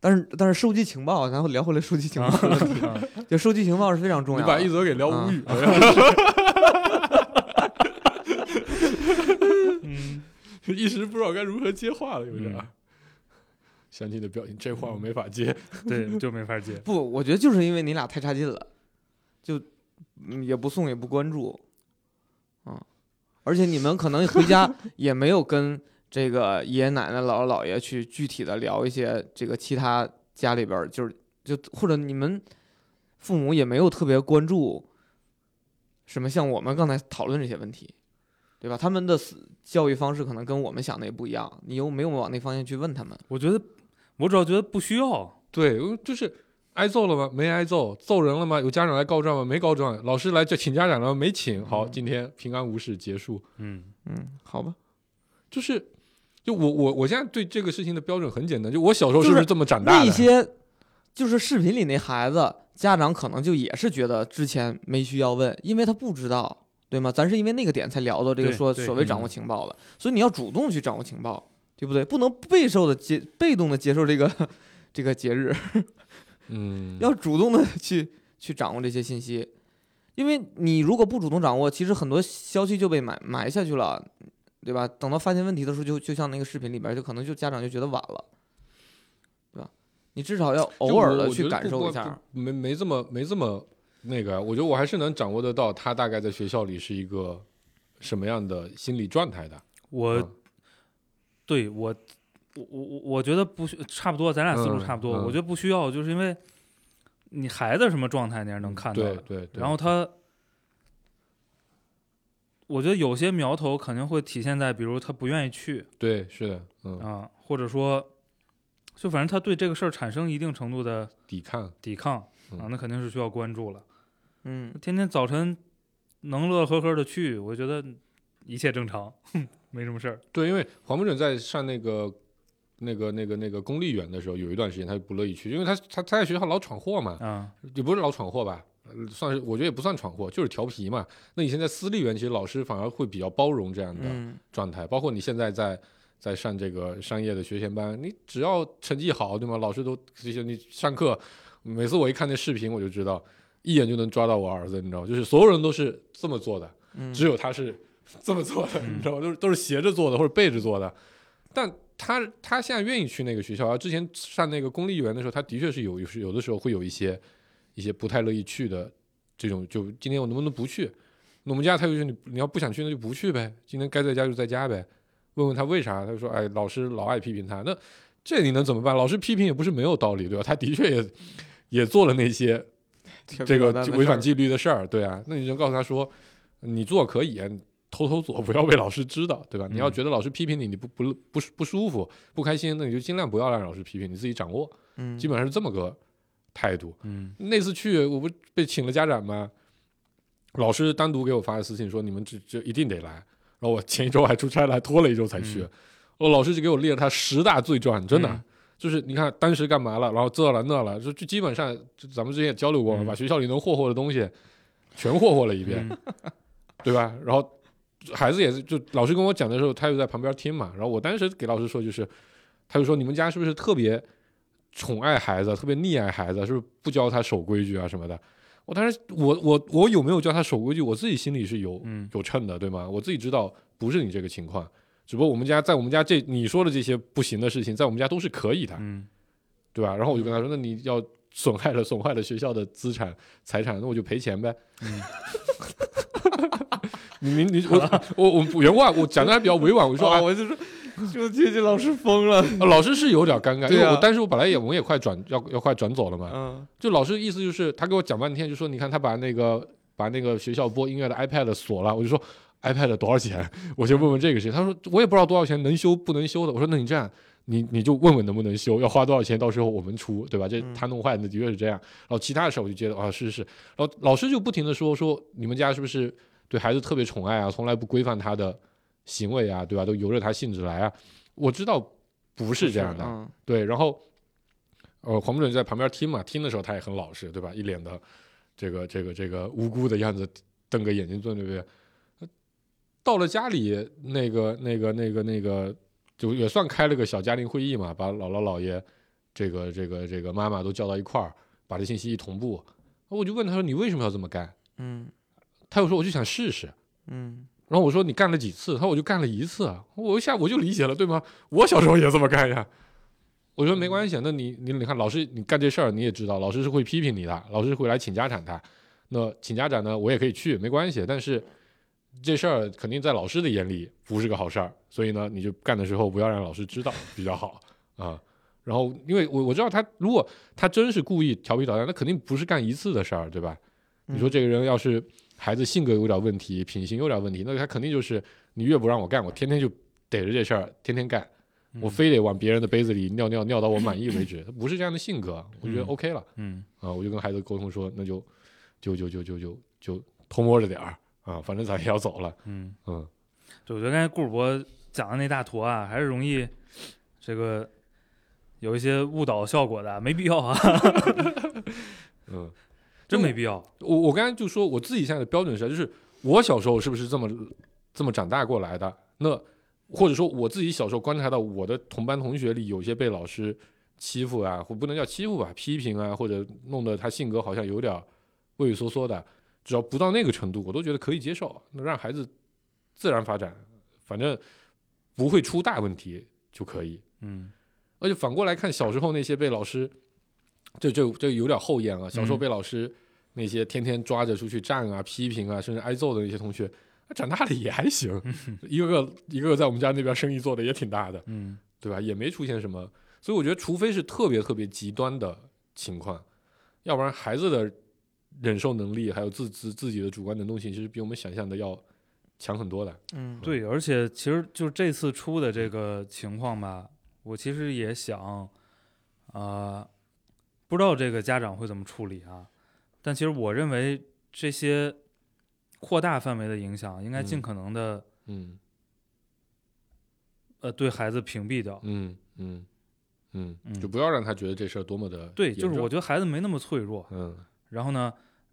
S3: 但是但是收集情报，然后聊回来收集情报，
S4: 啊
S3: 就收集情报是非常重
S5: 你
S3: 要啊
S5: 把一
S3: 的。
S5: 泽给聊无语了， [laughs]
S4: 嗯，
S5: 一时不知道该如何接话了，有点儿
S4: 嗯。
S5: 想你的表情，这话我没法接。
S4: [laughs] 对，就没法接。
S3: 不，我觉得就是因为你俩太差劲了，就嗯也不送也不关注，嗯，而且你们可能回 [laughs] 家也没有跟这个爷爷奶奶、姥姥姥爷去具体的聊一些这个其他家里边儿就是就或者你们父母也没有特别关注什么像我们刚才讨论这些问题。对吧？他们的思教育方式可能跟我们想的也不一样，你又没有往那方向去问他们。
S4: 我觉得，我主要觉得不需要。
S5: 对，我就是挨揍了吗？没挨揍。揍人了吗？有家长来告状吗？没告状。老师来就请家长了吗？没请。好，今天平安无事结束。
S4: 嗯
S3: 嗯，好吧。
S5: 就是，就我我我现在对这个事情的标准很简单，就我小时候
S3: 就是是
S5: 不是这么长大
S3: 那
S5: 的？
S3: 些就是视频里那孩子，家长可能就也是觉得之前没需要问，因为他不知道，对吗？咱是因为那个点才聊到这个
S4: 对
S3: 说
S4: 对
S3: 所谓
S5: 嗯
S3: 掌握情报的，所以你要主动去掌握情报，对不对？不能被受的接被动的接受这个 [laughs] 这个节日，
S5: 嗯，
S3: 要主动的去去掌握这些信息。因为你如果不主动掌握，其实很多消息就被埋埋下去了，对吧？等到发现问题的时候就就像那个视频里边儿，就可能就家长就觉得晚了，对吧？你至少要
S5: 就
S3: 偶
S5: 我
S3: 尔的
S5: 我觉
S3: 去
S5: 得
S3: 感
S5: 不
S3: 受一
S5: 光
S3: 下儿。
S5: 不没没这么没这么那个，我觉得我还是能掌握得到他大概在学校里是一个什么样的心理状态的。
S4: 我、
S5: 嗯
S4: 对我我我我我觉得不需差不多，咱俩思路
S5: 嗯
S4: 差不多，
S5: 嗯
S4: 我觉得不需要，就是因为你孩子什么状态你是能看到
S5: 对
S4: 的，
S5: 对对。
S4: 然后他。我觉得有些苗头肯定会体现在，比如他不愿意去
S5: 对是的，嗯，
S4: 啊，或者说，就反正他对这个事儿产生一定程度的
S5: 抵抗，
S4: 抵抗啊，
S5: 嗯
S4: 那肯定是需要关注了。
S3: 嗯，
S4: 天天早晨能乐呵呵的去，我觉得一切正常，没什么事儿。
S5: 对，因为黄不准在上那个那个那个那个公立园的时候，有一段时间他就不乐意去，因为他他他在学校老闯祸嘛，
S4: 啊，
S5: 也不是老闯祸吧，呃算是我觉得也不算闯祸，就是调皮嘛。那以前在私立园，其实老师反而会比较包容这样的
S3: 嗯，
S5: 状态，包括你现在在在上这个商业的学前班，你只要成绩好，对吗？老师都这些你上课，每次我一看那视频，我就知道，一眼就能抓到我儿子，你知道吗，就是所有人都是这么做的，
S3: 嗯
S5: 只有他是 [laughs] 这么做的，
S4: 嗯
S5: 你知道吗？都是都是斜着做的或者背着做的，但他他现在愿意去那个学校，啊，之前上那个公立园的时候，他的确是有有时有的时候会有一些一些不太乐意去的这种，就今天我能不能不去？那我们家他就是你你要不想去那就不去呗，今天该在家就在家呗。问问他为啥，他就说哎，老师老爱批评他，那这你能怎么办？老师批评也不是没有道理，对吧？他的确也也做了那些这个违反纪律的事儿，对啊，那你就告诉他说，你做可以，偷偷做，不要被老师知道，对吧？你要
S4: 嗯
S5: 觉得老师批评你，你不不不不舒服、不开心，那你就尽量不要让老师批评，你自己掌握，
S3: 嗯，
S5: 基本上是这么个态度。
S4: 嗯
S5: 那次去，我不被请了家长吗？老师单独给我发的私信说，你们这这一定得来。然后我前一周还出差了，还拖了一周才去。
S4: 嗯
S5: 我老师就给我列了他十大罪状，真的、
S4: 嗯
S5: 就是你看当时干嘛了，然后这了那了，就就基本上就咱们之前也交流过嘛，
S4: 嗯
S5: 把学校里能霍霍的东西全霍霍了一遍，
S4: 嗯
S5: [laughs] 对吧？然后孩子也是，就老师跟我讲的时候，他就在旁边听嘛。然后我当时给老师说，就是他就说你们家是不是特别宠爱孩子，特别溺爱孩子，是不是不教他守规矩啊什么的？我当时我我我有没有教他守规矩，我自己心里是有
S4: 嗯
S5: 有秤的，对吗？我自己知道不是你这个情况，只不过我们家在我们家这你说的这些不行的事情，在我们家都是可以的，
S4: 嗯
S5: 对吧？然后我就跟他说，那你要损害了损坏了学校的资产财产，那我就赔钱呗。
S4: 嗯
S5: 你你你我我我我原话我讲的还比较委婉，我就说啊
S3: 啊，，我就说，就这这老师疯了，
S5: 啊老师是有点尴尬，因
S3: 对
S5: 为
S3: 啊
S5: 我当时我本来也我们也快转要要快转走了嘛，
S3: 嗯
S5: 就老师意思就是他给我讲半天，就说你看他把那个把那个学校播音乐的 iPad 锁了，我就说 iPad 多少钱？我先问问这个事情。他说我也不知道多少钱，能修不能修的。我说那你这样，你你就问问能不能修，要花多少钱，到时候我们出，对吧？这
S3: 嗯
S5: 他弄坏的的确是这样。然后其他的事儿我就觉得啊是是，然后老师就不停的说说你们家是不是对孩子特别宠爱啊，从来不规范他的行为啊，对吧？都由着他性子来啊。我知道不 [laughs] 是这样的，
S3: 嗯
S5: 对，然后呃，黄不准就在旁边听嘛，听的时候他也很老实，对吧？一脸的这个这个这个无辜的样子，瞪个眼睛对不对？到了家里，那个那个那个那个，就也算开了个小家庭会议嘛，把姥姥姥爷这个这个这个妈妈都叫到一块儿，把这信息一同步。我就问他说：“你为什么要这么干
S3: 嗯？”
S5: 他又说：“我就想试试。”
S3: 嗯，
S5: 然后我说你干了几次？他说我就干了一次啊，我一下我就理解了，对吗？我小时候也这么干呀。我说没关系，啊那你你你看，老师你干这事儿你也知道，老师是会批评你的，老师会来请家长的。那请家长呢，我也可以去，没关系。但是这事儿肯定在老师的眼里不是个好事儿，所以呢，你就干的时候不要让老师知道比较好啊、然后因为我我知道他，如果他真是故意调皮捣蛋，那肯定不是干一次的事儿，对吧？你说这个人要是孩子性格有点问题，品行有点问题，那他肯定就是你越不让我干，我天天就逮着这事儿天天干，我非得往别人的杯子里尿尿尿到我满意为止，他不是这样的性格，我觉得
S4: 嗯
S5: OK 了
S4: 嗯
S5: 啊，我就跟孩子沟通说，那就就就就就就就偷摸着点儿啊，反正咱也要走了，
S4: 嗯，
S5: 嗯，
S4: 就我觉得刚才顾主播讲的那大坨啊，还是容易这个有一些误导效果的，没必要啊， [laughs]
S5: 嗯，
S4: 真没必要。
S5: 我我刚才就说我自己现在的标准是，就是我小时候是不是这么这么长大过来的？那或者说我自己小时候观察到我的同班同学里有些被老师欺负啊，或不能叫欺负吧，批评啊，或者弄得他性格好像有点畏畏缩缩的，只要不到那个程度，我都觉得可以接受。那让孩子自然发展，反正不会出大问题就可以。
S4: 嗯
S5: 而且反过来看，小时候那些被老师，这这这有点后验啊。小时候被老师那些天天抓着出去站啊、批评啊，甚至挨揍的那些同学，他长大了也还行，一个个一个个在我们家那边生意做的也挺大的，
S4: 嗯
S5: 对吧？也没出现什么，所以我觉得，除非是特别特别极端的情况，要不然孩子的忍受能力还有自自自己的主观能动性，其实比我们想象的要强很多的。
S3: 嗯，
S4: 对，而且其实就这次出的这个情况吧，我其实也想，啊、不知道这个家长会怎么处理啊。但其实我认为这些扩大范围的影响，应该尽
S5: 嗯
S4: 可能的、
S5: 嗯
S4: 呃对孩子屏蔽掉。
S5: 嗯嗯嗯，
S4: 嗯
S5: 就不要让他觉得这事儿多么的
S4: 对，就是
S5: 严
S4: 我
S5: 重
S4: 觉得孩子没那么脆弱。
S5: 嗯
S4: 然后呢，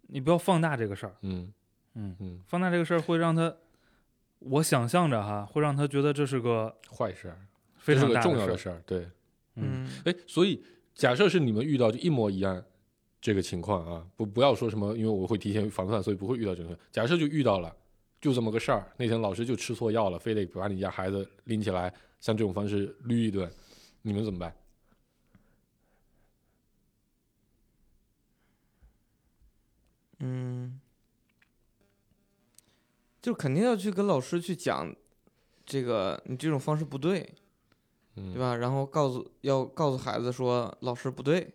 S4: 你不要放大这个事儿，
S5: 嗯
S4: 嗯，
S5: 嗯
S4: 放大这个事儿会让他，我想象着哈，会让他觉得这是个
S5: 坏事儿，
S4: 非
S5: 这是
S4: 常
S5: 个
S4: 大
S5: 重要
S4: 的
S5: 的
S4: 事儿。
S5: 事儿。对，
S3: 嗯，
S5: 哎，所以假设是你们遇到就一模一样这个情况啊，不不要说什么，因为我会提前防范，所以不会遇到这个。假设就遇到了，就这么个事儿，那天老师就吃错药了，非得把你家孩子拎起来，像这种方式捋一顿，你们怎么办？
S3: 嗯，就肯定要去跟老师去讲，这个你这种方式不对，
S5: 嗯，
S3: 对？吧？然后告诉要告诉孩子说老师不对，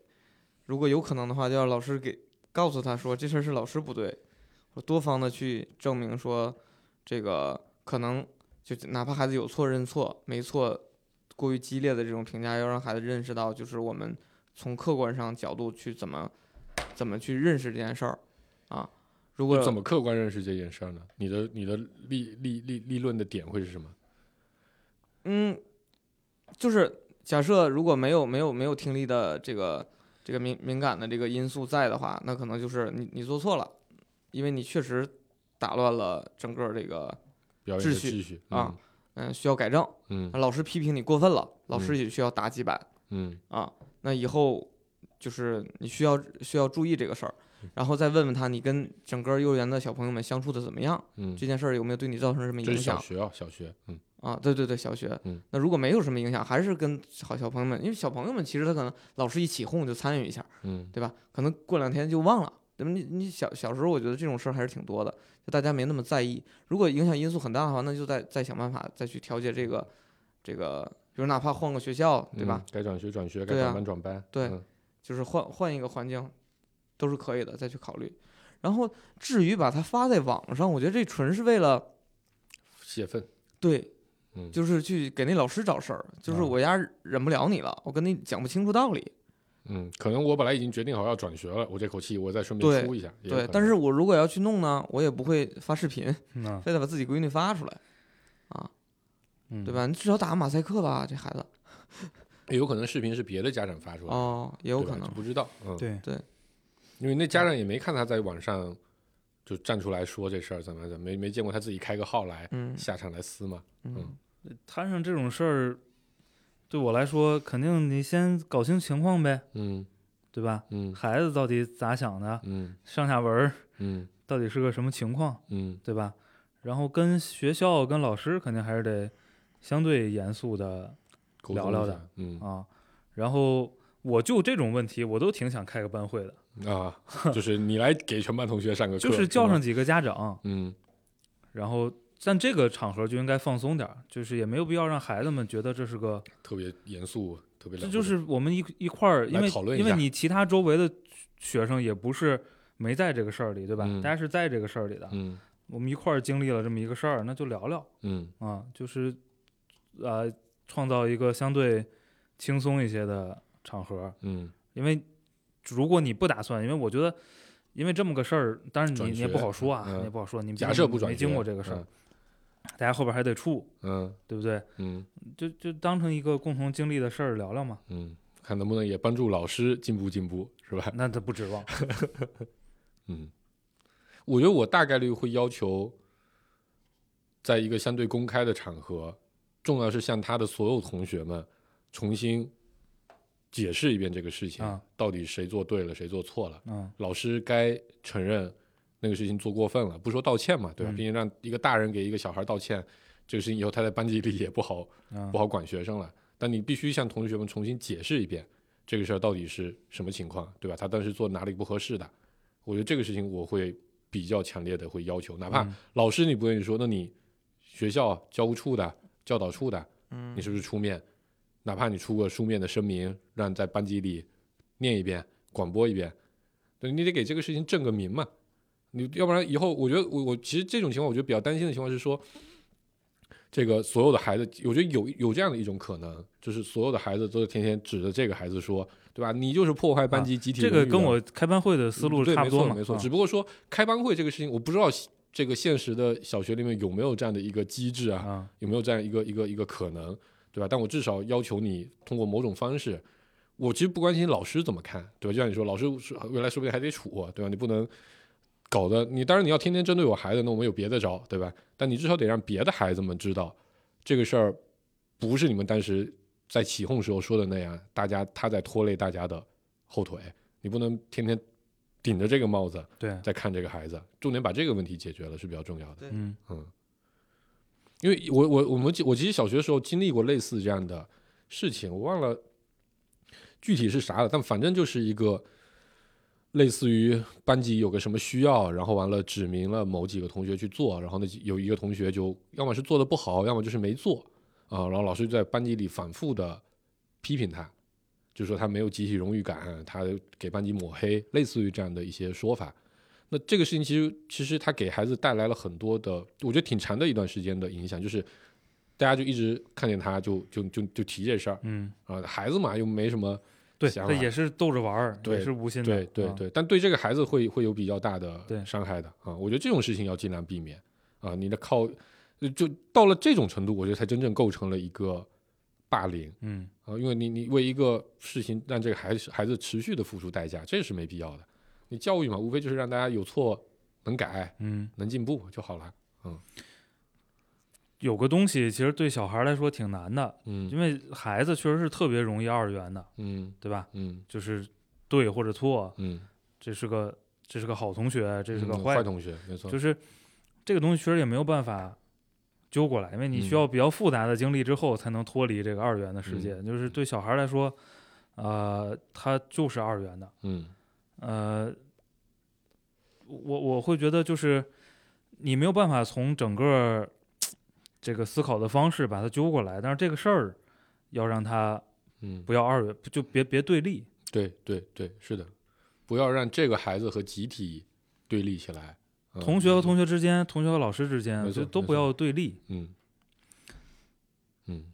S3: 如果有可能的话，就要老师给告诉他说这事儿是老师不对，我多方的去证明说这个可能就哪怕孩子有错认错，没错，过于激烈的这种评价，要让孩子认识到就是我们从客观上角度去怎么怎么去认识这件事儿啊。如果
S5: 怎么客观认识这件事儿呢？你的你的立立立立论的点会是什么？
S3: 嗯，就是假设如果没有没有没有听力的这个这个敏敏感的这个因素在的话，那可能就是你你做错了，因为你确实打乱了整个这个
S5: 表演的
S3: 秩序
S5: 秩序
S3: 啊，嗯、需要改正。
S5: 嗯
S3: 老师批评你过分了，老
S5: 嗯
S3: 师也需要打几板、
S5: 嗯
S3: 啊。那以后就是你需要需要注意这个事儿，
S5: 嗯
S3: 然后再问问他你跟整个幼儿园的小朋友们相处的怎么样，
S5: 嗯
S3: 这
S5: 嗯，
S3: 件事儿有没有对你造成什么
S5: 这
S3: 影
S5: 是小
S3: 响？
S5: 学啊，小学，嗯
S3: 啊，对对对，小学，
S5: 嗯
S3: 那如果没有什么影响，还是跟好小朋友们，因为小朋友们其实他可能老师一起哄就参与一下，
S5: 嗯
S3: 对吧？可能过两天就忘了。那么你你小小时候，我觉得这种事儿还是挺多的，就大家没那么在意。如果影响因素很大的话，那就再再想办法再去调节这个这个，比如哪怕换个学校，对吧？
S5: 嗯该转学转学，该
S3: 对啊
S5: 转班转班，
S3: 对
S5: 嗯
S3: 就是换换一个环境，都是可以的，再去考虑。然后至于把它发在网上，我觉得这纯是为了
S5: 泄愤，
S3: 对
S5: 嗯，
S3: 就是去给那老师找事儿，就是
S4: 啊
S3: 我家忍不了你了，我跟你讲不清楚道理。
S5: 嗯，可能我本来已经决定好要转学了，我这口气我再顺便
S3: 对
S5: 出一下。也有
S3: 对，
S5: 可
S3: 但
S5: 能
S3: 是我如果要去弄呢，我也不会发视频，
S4: 嗯，
S3: 非得把自己闺女发出来，
S4: 嗯
S3: 对？吧？你至少打个马赛克吧，这孩子
S5: 也有可能视频是别的家长发出来的，
S3: 哦，也有
S5: 对吧
S3: 可
S5: 就
S3: 能。
S5: 不知道。嗯，，
S4: 对，
S5: 因为那家长也没看他在网上就站出来说这事儿怎么怎么，没没见过他自己开个号来
S3: 嗯
S5: 下场来撕嘛。
S3: 嗯，
S4: 摊上这种事儿，对我来说，肯定你先搞清情况呗，
S5: 嗯
S4: 对吧？
S5: 嗯
S4: 孩子到底咋想的，
S5: 嗯
S4: 上下文儿
S5: 嗯
S4: 到底是个什么情况，
S5: 嗯
S4: 对吧？然后跟学校、跟老师肯定还是得相对严肃的
S5: 沟
S4: 聊
S5: 通
S4: 聊
S5: 一
S4: 的
S5: 下，嗯
S4: 啊。然后我就这种问题，我都挺想开个班会的，
S5: 啊，就是你来给全班同学上个课，
S4: 就是叫上几个家长，
S5: 嗯
S4: 然后但这个场合就应该放松点儿，就是也没有必要让孩子们觉得这是个
S5: 特别严肃，特别
S4: 这
S5: 了
S4: 就
S5: 不
S4: 是我们一一块儿，因
S5: 来
S4: 为
S5: 讨论一
S4: 因为
S5: 下
S4: 你其他周围的学生也不是没在这个事儿里，对吧？
S5: 嗯
S4: 大家是在这个事儿里的，
S5: 嗯
S4: 我们一块儿经历了这么一个事儿，那就聊聊
S5: 嗯
S4: 啊，就是呃，创造一个相对轻松一些的场合，
S5: 嗯
S4: 因为如果你不打算，因为我觉得。因为这么个事儿，当然
S5: 转
S4: 你你也不
S5: 学
S4: 好说啊，
S5: 嗯
S4: 你也不好说。你毕
S5: 假
S4: 竟
S5: 设不转
S4: 没经
S5: 学
S4: 过这个事儿，
S5: 嗯
S4: 大家后边还得处，
S5: 嗯
S4: 对不对？
S5: 嗯
S4: 就就当成一个共同经历的事儿聊聊嘛。
S5: 嗯，看能不能也帮助老师进步进步，是吧？
S4: 那他不指望，
S5: 嗯，我觉得我大概率会要求，在一个相对公开的场合，重要是向他的所有同学们重新解释一遍这个事情，
S4: 啊
S5: 到底谁做对了，谁做错了。
S4: 嗯，
S5: 老师该承认那个事情做过分了，不说道歉嘛，对吧？
S4: 嗯
S5: 毕竟让一个大人给一个小孩道歉，这个事情以后他在班级里也不好
S4: 嗯
S5: 不好管学生了。但你必须向同学们重新解释一遍这个事儿到底是什么情况，对吧？他当时做哪里不合适的，我觉得这个事情我会比较强烈的会要求，哪怕
S4: 嗯
S5: 老师你不跟你说，那你学校教务处的、教导处的，
S3: 嗯
S5: 你是不是出面？哪怕你出个书面的声明，让在班级里念一遍、广播一遍，对你得给这个事情正个名嘛。你要不然以后，我觉得我我其实这种情况，我觉得比较担心的情况是说，这个所有的孩子，我觉得有有这样的一种可能，就是所有的孩子都天天指着这个孩子说，对吧？你就是破坏班级集
S4: 啊
S5: 体
S4: 这
S5: 荣誉的、
S4: 个跟我开班会的思路
S5: 嗯对
S4: 差不多嘛，
S5: 没错，没错。
S4: 啊
S5: 只不过说开班会这个事情，我不知道这个现实的小学里面有没有这样的一个机制啊，
S4: 啊，
S5: 有没有这样一个一个一个可能，对吧？但我至少要求你通过某种方式。我其实不关心老师怎么看，对吧？就像你说，老师是未来说不定还得处我，对吧？你不能搞得你，当然你要天天针对我孩子，那我们有别的招，对吧？但你至少得让别的孩子们知道，这个事儿不是你们当时在起哄时候说的那样，大家他在拖累大家的后腿，你不能天天顶着这个帽子
S4: 对，
S5: 在看这个孩子。重点把这个问题解决了是比较重要的。
S4: 嗯
S5: 嗯，因为我我我们我其实小学的时候经历过类似这样的事情，我忘了具体是啥了，但反正就是一个类似于班级有个什么需要，然后完了指明了某几个同学去做，然后那几有一个同学就要么是做的不好，要么就是没做啊、然后老师就在班级里反复的批评他。就说他没有集体荣誉感，他给班级抹黑，类似于这样的一些说法。那这个事情其实其实它给孩子带来了很多的，我觉得挺长的一段时间的影响，就是大家就一直看见他就就就就提这事儿
S4: 嗯，
S5: 啊、孩子嘛又没什么，
S4: 对，
S5: 想
S4: 他
S5: 法
S4: 也是逗着玩儿，
S5: 对
S4: 也是无心的，
S5: 对对
S4: 啊，
S5: 对，但对这个孩子会会有比较大的
S4: 对
S5: 伤害的啊，我觉得这种事情要尽量避免啊，你的靠呃就到了这种程度，我觉得才真正构成了一个霸凌
S4: 嗯，
S5: 啊，因为你你为一个事情让这个孩子孩子持续的付出代价，这是没必要的。你教育嘛，无非就是让大家有错能改，
S4: 嗯，
S5: 能进步就好了。
S4: 有个东西其实对小孩儿来说挺难的，
S5: 嗯
S4: 因为孩子确实是特别容易二元的，
S5: 嗯
S4: 对吧？
S5: 嗯
S4: 就是对或者错，
S5: 嗯，
S4: 这是个这是个好同学，这是个
S5: 嗯
S4: 坏，
S5: 坏
S4: 同
S5: 同学，没错，
S4: 就是是这个东西确实也没有办法揪过来，因为你需
S5: 嗯
S4: 要比较复杂的经历之后才能脱离这个二元的世
S5: 嗯
S4: 界。就是对小孩来说，呃，他就是二元的，
S5: 嗯
S4: 呃，我我会觉得就是你没有办法从整个这个思考的方式把它揪过来，但是这个事儿要让他
S5: 嗯，
S4: 不要二元，就别别对立。
S5: 对对对，是的，不要让这个孩子和集体对立起来。嗯
S4: 同学和同学之间，同学和老师之间，
S5: 没错
S4: 就都
S5: 没
S4: 不
S5: 错
S4: 要对立。
S5: 嗯嗯，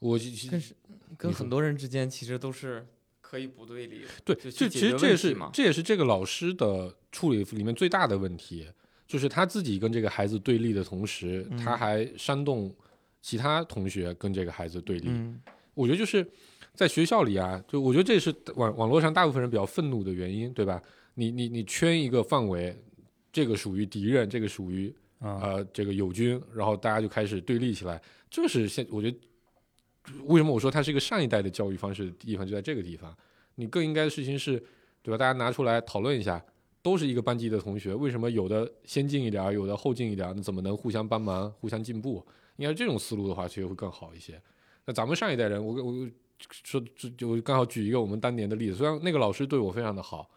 S5: 我其
S3: 跟
S5: 实
S3: 是跟
S5: 你说
S3: 很多人之间其实都是可以不对立的。
S5: 对，
S3: 就去解
S5: 这其
S3: 决
S5: 实这
S3: 问题
S5: 也是
S3: 嘛
S5: 这也是这个老师的处理里面最大的问题，就是他自己跟这个孩子对立的同时，他
S3: 嗯
S5: 还煽动其他同学跟这个孩子对立。
S3: 嗯
S5: 我觉得就是在学校里啊，就我觉得这是网网络上大部分人比较愤怒的原因，对吧？你你你圈一个范围，这个属于敌人，这个属于
S4: 啊，
S5: 呃这个友军，然后大家就开始对立起来。这是现我觉得为什么我说它是一个上一代的教育方式的地方就在这个地方。你更应该的事情是，对吧？大家拿出来讨论一下，都是一个班级的同学，为什么有的先进一点儿，有的后进一点儿？那怎么能互相帮忙、互相进步？应该是这种思路的话，其实会更好一些。那咱们上一代人，我我说这就刚好举一个我们当年的例子，虽然那个老师对我非常的好，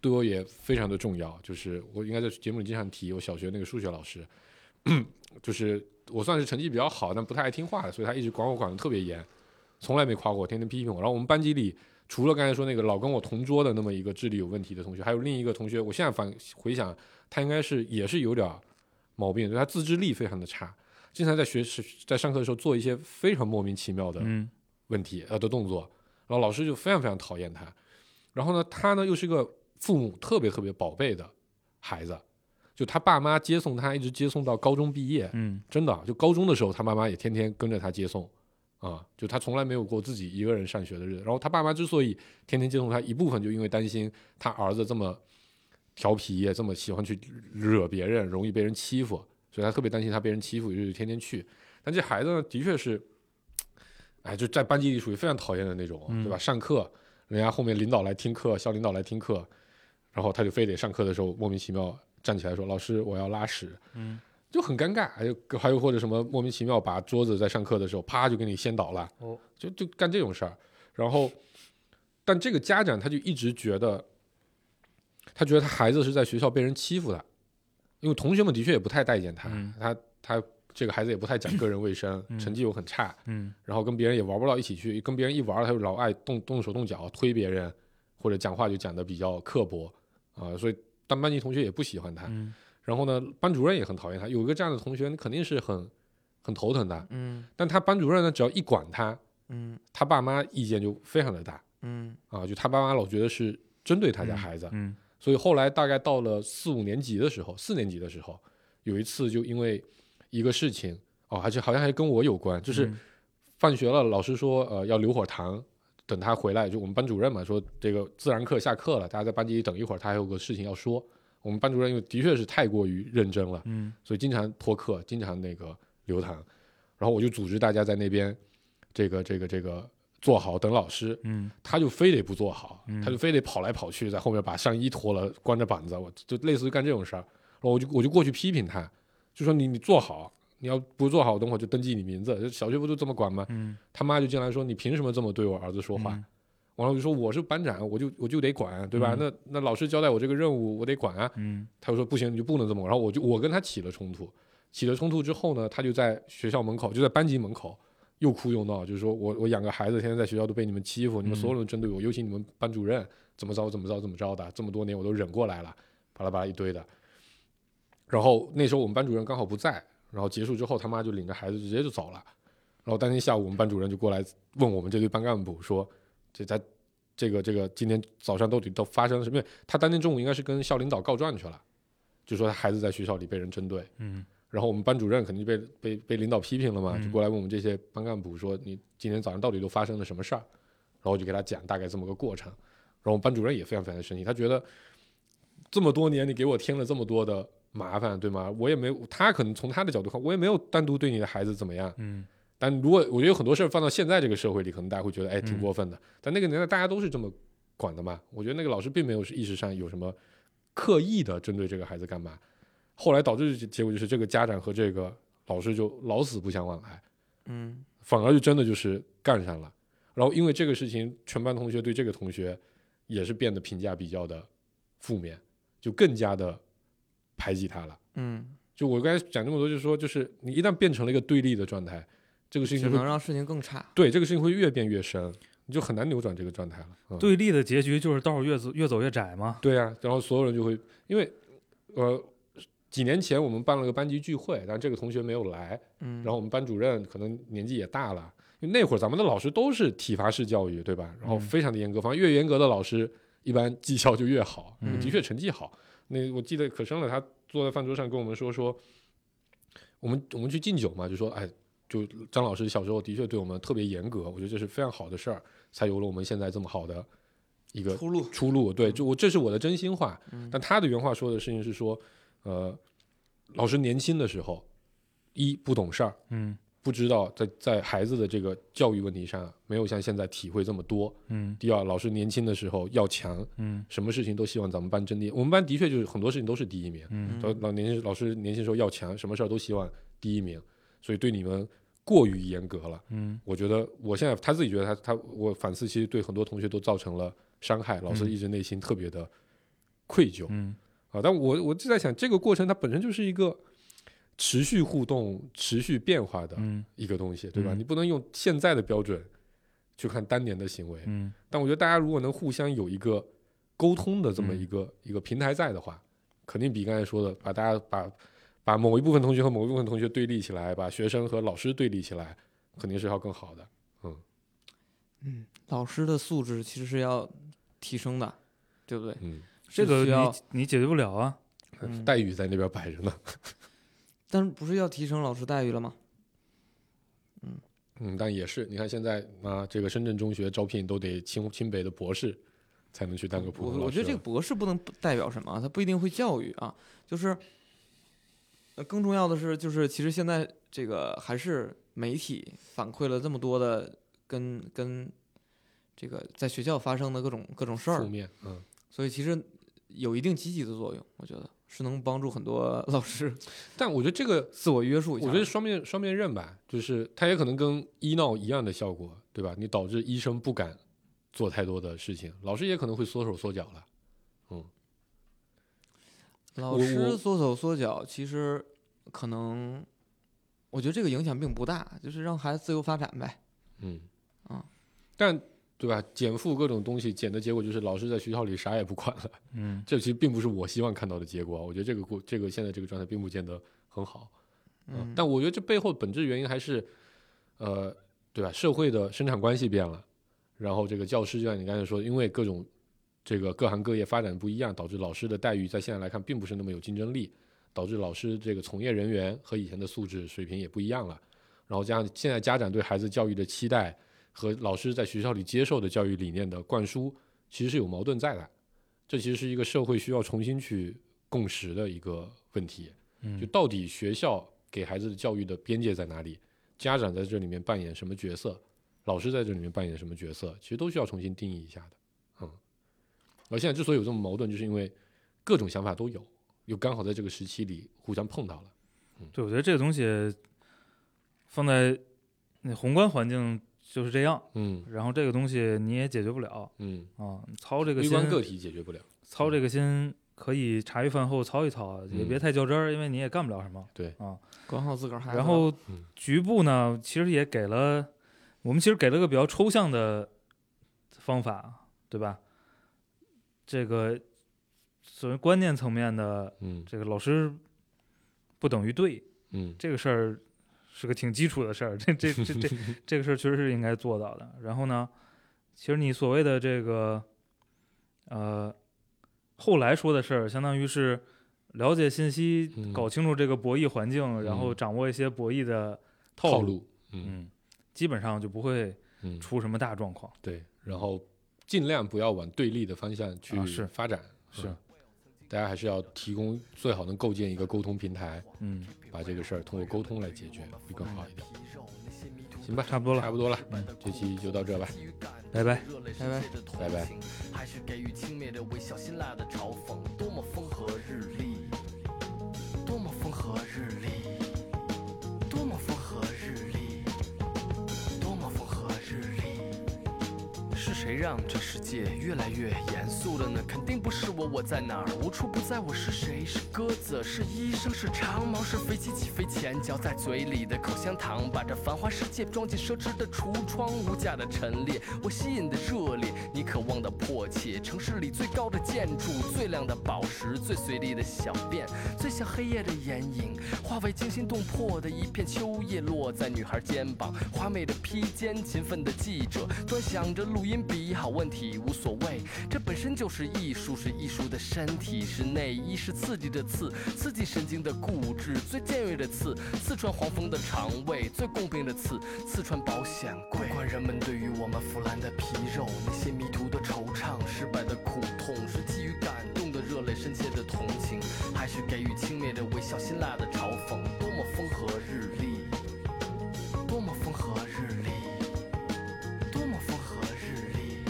S5: 对我也非常的重要，就是我应该在节目里经常提，我小学那个数学老师， [clears throat] 就是我算是成绩比较好，但不太爱听话的，所以他一直管我管的特别严，从来没夸过我，天天批评我。然后我们班级里除了刚才说那个老跟我同桌的那么一个智力有问题的同学，还有另一个同学，我现在反回想，他应该是也是有点儿毛病，就他自制力非常的差，经常在学时在上课的时候做一些非常莫名其妙的
S4: 嗯
S5: 问题呃的动作，然后老师就非常非常讨厌他。然后呢，他呢又是个父母特别特别宝贝的孩子，就他爸妈接送他，一直接送到高中毕业，
S4: 嗯
S5: 真的，啊就高中的时候，他妈妈也天天跟着他接送，啊，就他从来没有过自己一个人上学的日子。然后他爸妈之所以天天接送他，一部分就因为担心他儿子这么调皮，这么喜欢去惹别人，容易被人欺负，所以他特别担心他被人欺负，于是天天去。但这孩子呢，的确是，哎，就在班级里属于非常讨厌的那种，对吧？上课，人家后面领导来听课，校领导来听课，然后他就非得上课的时候莫名其妙站起来说：“老师，我要拉屎。”
S4: 嗯，
S5: 就很尴尬。还有还有或者什么莫名其妙把桌子在上课的时候啪就给你掀倒了，
S4: 哦
S5: 就就干这种事儿。然后但这个家长他就一直觉得，他觉得他孩子是在学校被人欺负的，因为同学们的确也不太待见他，
S4: 嗯
S5: 他他这个孩子也不太讲个人卫生，
S4: 嗯
S5: 成绩又很差，
S4: 嗯
S5: 然后跟别人也玩不到一起去，跟别人一玩他就老爱动动手动脚推别人，或者讲话就讲的比较刻薄啊、所以但班级同学也不喜欢他，
S4: 嗯
S5: 然后呢，班主任也很讨厌他，有一个这样的同学肯定是很很头疼的，
S3: 嗯
S5: 但他班主任呢，只要一管他，
S3: 嗯
S5: 他爸妈意见就非常的大。
S3: 嗯
S5: 啊，就他爸妈老觉得是针对他家孩子，
S4: 嗯
S5: 所以后来大概到了四五年级的时候，四年级的时候，有一次就因为一个事情哦，而且好像还跟我有关，就是
S4: 嗯
S5: 放学了，老师说呃要留会儿堂，等他回来，就我们班主任嘛说这个自然课下课了，大家在班级里等一会儿，他还有个事情要说。我们班主任因为的确是太过于认真了，
S4: 嗯
S5: 所以经常拖课，经常那个留堂，然后我就组织大家在那边这个这个这个坐好等老师，
S4: 嗯
S5: 他就非得不做好，
S4: 嗯
S5: 他就非得跑来跑去，在后面把上衣脱了，光着膀子，我就类似于干这种事儿。然后我就我就过去批评他，就说你你做好，你要不做好，等会儿就登记你名字。小学不就这么管吗？
S4: 嗯，
S5: 他妈就进来说你凭什么这么对我儿子说话？
S4: 嗯
S5: 完了我就说我是班长，我就我就得管，对吧？
S4: 嗯
S5: 那那老师交代我这个任务，我得管啊。
S4: 嗯
S5: 他就说不行，你就不能这么管。然后我就我跟他起了冲突，起了冲突之后呢，他就在学校门口，就在班级门口又哭又闹，就是说我我养个孩子，天天在学校都被你们欺负，你们所有人都针对我，尤其你们班主任怎么着怎么着怎么着的，这么多年我都忍过来了，巴拉巴拉一堆的。然后那时候我们班主任刚好不在，然后结束之后，他妈就领着孩子直接就走了。然后当天下午，我们班主任就过来问我们这堆班干部说：“这咱这个这个今天早上到底都发生了什么？”因为他当天中午应该是跟校领导告状去了，就说他孩子在学校里被人针对。
S4: 嗯
S5: 然后我们班主任肯定被被被领导批评了嘛，
S4: 嗯
S5: 就过来问我们这些班干部说：“你今天早上到底都发生了什么事儿？”然后我就给他讲大概这么个过程。然后我们班主任也非常非常的生气，他觉得这么多年你给我添了这么多的麻烦，对吗？我也没有，他可能从他的角度看，我也没有单独对你的孩子怎么样。
S4: 嗯
S5: 但如果我觉得有很多事儿放到现在这个社会里，可能大家会觉得哎
S4: 嗯
S5: 挺过分的。但那个年代大家都是这么管的嘛，我觉得那个老师并没有意识上有什么刻意的针对这个孩子干嘛。后来导致的结果就是这个家长和这个老师就老死不相往来，
S3: 嗯
S5: 反而就真的就是干上了。然后因为这个事情，全班同学对这个同学也是变得评价比较的负面，就更加的排挤他了。
S3: 嗯，
S5: 就我刚才讲这么多，就是说，就是你一旦变成了一个对立的状态，这个事情
S3: 只
S5: 就会
S3: 能让事情更差。
S5: 对，这个事情会越变越深，你就很难扭转这个状态了。嗯、
S4: 对立的结局就是道儿越走越走越窄嘛。
S5: 对啊，然后所有人就会，因为呃，几年前我们办了个班级聚会，但这个同学没有来，
S3: 嗯，
S5: 然后我们班主任可能年纪也大了，因为那会儿咱们的老师都是体罚式教育，对吧？然后
S4: 嗯
S5: 非常的严格，反正越严格的老师，一般绩效就越好，
S4: 嗯
S5: 的确成绩好。那我记得可深了，他坐在饭桌上跟我们说说，我们我们去敬酒嘛，就说哎，就张老师小时候的确对我们特别严格，我觉得这是非常好的事儿，才有了我们现在这么好的一个
S3: 出路。
S5: 出路。对，就我这是我的真心话。
S3: 嗯
S5: 但他的原话说的事情是说，呃，老师年轻的时候，一不懂事儿，
S4: 嗯
S5: 不知道在在孩子的这个教育问题上，没有像现在体会这么多。
S4: 嗯
S5: 第二，老师年轻的时候要强，
S4: 嗯
S5: 什么事情都希望咱们班争第一。我们班的确就是很多事情都是第一名。
S4: 嗯
S5: 老老年轻老师年轻时候要强，什么事儿都希望第一名，所以对你们过于严格了。
S4: 嗯
S5: 我觉得我现在他自己觉得他他我反思，其实对很多同学都造成了伤害，老师
S4: 嗯
S5: 一直内心特别的愧疚、
S4: 嗯
S5: 啊。但我我就在想，这个过程它本身就是一个持续互动、持续变化的
S4: 嗯
S5: 一个东西，对吧？
S4: 嗯
S5: 你不能用现在的标准去看当年的行为，
S4: 嗯
S5: 但我觉得大家如果能互相有一个沟通的这么
S4: 嗯
S5: 一个、一个平台在的话，肯定比刚才说的把大家把把某一部分同学和某一部分同学对立起来，把学生和老师对立起来，肯定是要更好的。
S3: 嗯，老师的素质其实是要提升的，对不对？
S5: 嗯，
S4: 这个
S3: 是需要，
S4: 你你解决不了啊。
S3: 嗯
S5: 待遇在那边摆着呢。
S3: 但是不是要提升老师待遇了吗？
S5: 嗯，但也是，你看现在啊，这个深圳中学招聘都得清清北的博士才能去当个普
S3: 我
S5: 通老师了。
S3: 我觉得这个博士不能代表什么啊，他不一定会教育啊，就是，呃，更重要的是，就是其实现在这个还是媒体反馈了这么多的跟跟这个在学校发生的各种各种事
S5: 负
S3: 儿，
S5: 面，嗯，
S3: 所以其实有一定积极的作用，我觉得是能帮助很多老师
S5: 但我觉得这个
S3: 自我约束一下
S5: 我
S3: 的。
S5: 觉得双面双面刃吧，就是它也可能跟医闹一样的效果，对吧？你导致医生不敢做太多的事情，老师也可能会缩手缩脚了。
S3: 老
S5: 我
S3: 师
S5: 我
S3: 缩手缩脚，其实可能，我觉得这个影响并不大，就是让孩子自由发展呗。
S5: 嗯
S3: 啊，
S5: 但对吧？减负各种东西，减的结果就是老师在学校里啥也不管了。
S4: 嗯
S5: 这其实并不是我希望看到的结果啊。我觉得这个过这个现在这个状态并不见得很好。啊
S3: 嗯，
S5: 但我觉得这背后本质原因还是，呃，对吧？社会的生产关系变了，然后这个教师就像你刚才说，因为各种这个各行各业发展不一样，导致老师的待遇在现在来看并不是那么有竞争力，导致老师这个从业人员和以前的素质水平也不一样了，然后加上现在家长对孩子教育的期待和老师在学校里接受的教育理念的灌输，其实是有矛盾在的，这其实是一个社会需要重新去共识的一个问题。
S4: 嗯
S5: 就到底学校给孩子的教育的边界在哪里，家长在这里面扮演什么角色，老师在这里面扮演什么角色，其实都需要重新定义一下的。嗯，而现在之所以有这么矛盾，就是因为各种想法都有，又刚好在这个时期里互相碰到了。
S4: 对，我觉得这个东西放在那宏观环境就是这样，
S5: 嗯
S4: 然后这个东西你也解决不了
S5: 嗯，
S4: 啊，操这个
S5: 微
S4: 心
S5: 观个体解决不了。
S4: 操这个心可以茶余饭后操一操，也别
S5: 嗯
S4: 太较真儿，因为你也干不了什么。
S3: 管好自个儿孩子吧。
S4: 然后
S5: 嗯
S4: 局部呢，其实也给了我们，其实给了个比较抽象的方法，对吧？这个所谓观念层面的，
S5: 嗯
S4: 这个老师不等于对
S5: 嗯
S4: 这个事儿是个挺基础的事儿，这这这
S5: [laughs]
S4: 这这个事儿确实是应该做到的。然后呢，其实你所谓的这个呃后来说的事儿，相当于是了解信息
S5: 嗯，
S4: 搞清楚这个博弈环境，然后掌握一些博弈的
S5: 套
S4: 路，
S5: 路。嗯
S4: 嗯，基本上就不会
S5: 嗯，
S4: 出什么大状况。
S5: 对，然后尽量不要往对立的方向去
S4: 啊是
S5: 发展。
S4: 是
S5: 嗯大家还是要提供最好能构建一个沟通平台。
S4: 嗯，
S5: 把这个事儿通过沟通来解决会更好一点。行吧，
S4: 差不多
S5: 差
S4: 了，
S5: 不多了，
S4: 嗯
S5: 这期就到这吧。
S4: 拜拜。
S2: 拜拜，
S5: 拜拜。
S2: 还是给予轻蔑的微笑，辛辣的嘲讽，多么风和日丽，多么风和日丽，多么风和日丽，多么风和日丽。是谁让这世界越来越严肃了呢？肯定不是我，我在哪儿？无处不在，我是谁？是鸽子，是医生，是长毛，是飞机起飞前嚼在嘴里的口香糖，把这繁华世界装进奢侈的橱窗，无价的陈列，我吸引的热烈，你渴望的迫切。城市里最高的建筑，最亮的宝石，最随地的小便，最像黑夜的眼影，化为惊心动魄的一片秋叶落在女孩肩膀，华美的披肩，勤奋的记者，端详着录音笔，好问题无所谓，这本身就是艺术，是艺术的身体，是内衣，是刺激的刺，刺激神经的固执，最尖锐的刺，刺穿黄蜂的肠胃，最共病的刺，刺穿保险柜，贯穿人们对于我们腐烂的皮肉，那些迷途的惆怅，失败的苦痛，是基于感动的热泪，深切的同情，还是给予轻蔑的微笑，辛辣的嘲讽，多么风和日丽，多么风和日丽，多么风和日丽，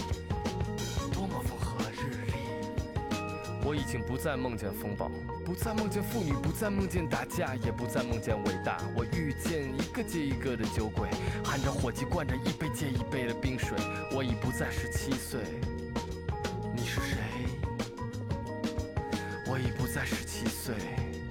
S2: 多么风和日丽。我已经不再梦见风暴，不再梦见妇女，不再梦见打架，也不再梦见伟大。我遇见一个接一个的酒鬼，含着火机，灌着一杯接一杯的冰水。我已不再十七岁，你是谁？我已不再十七岁。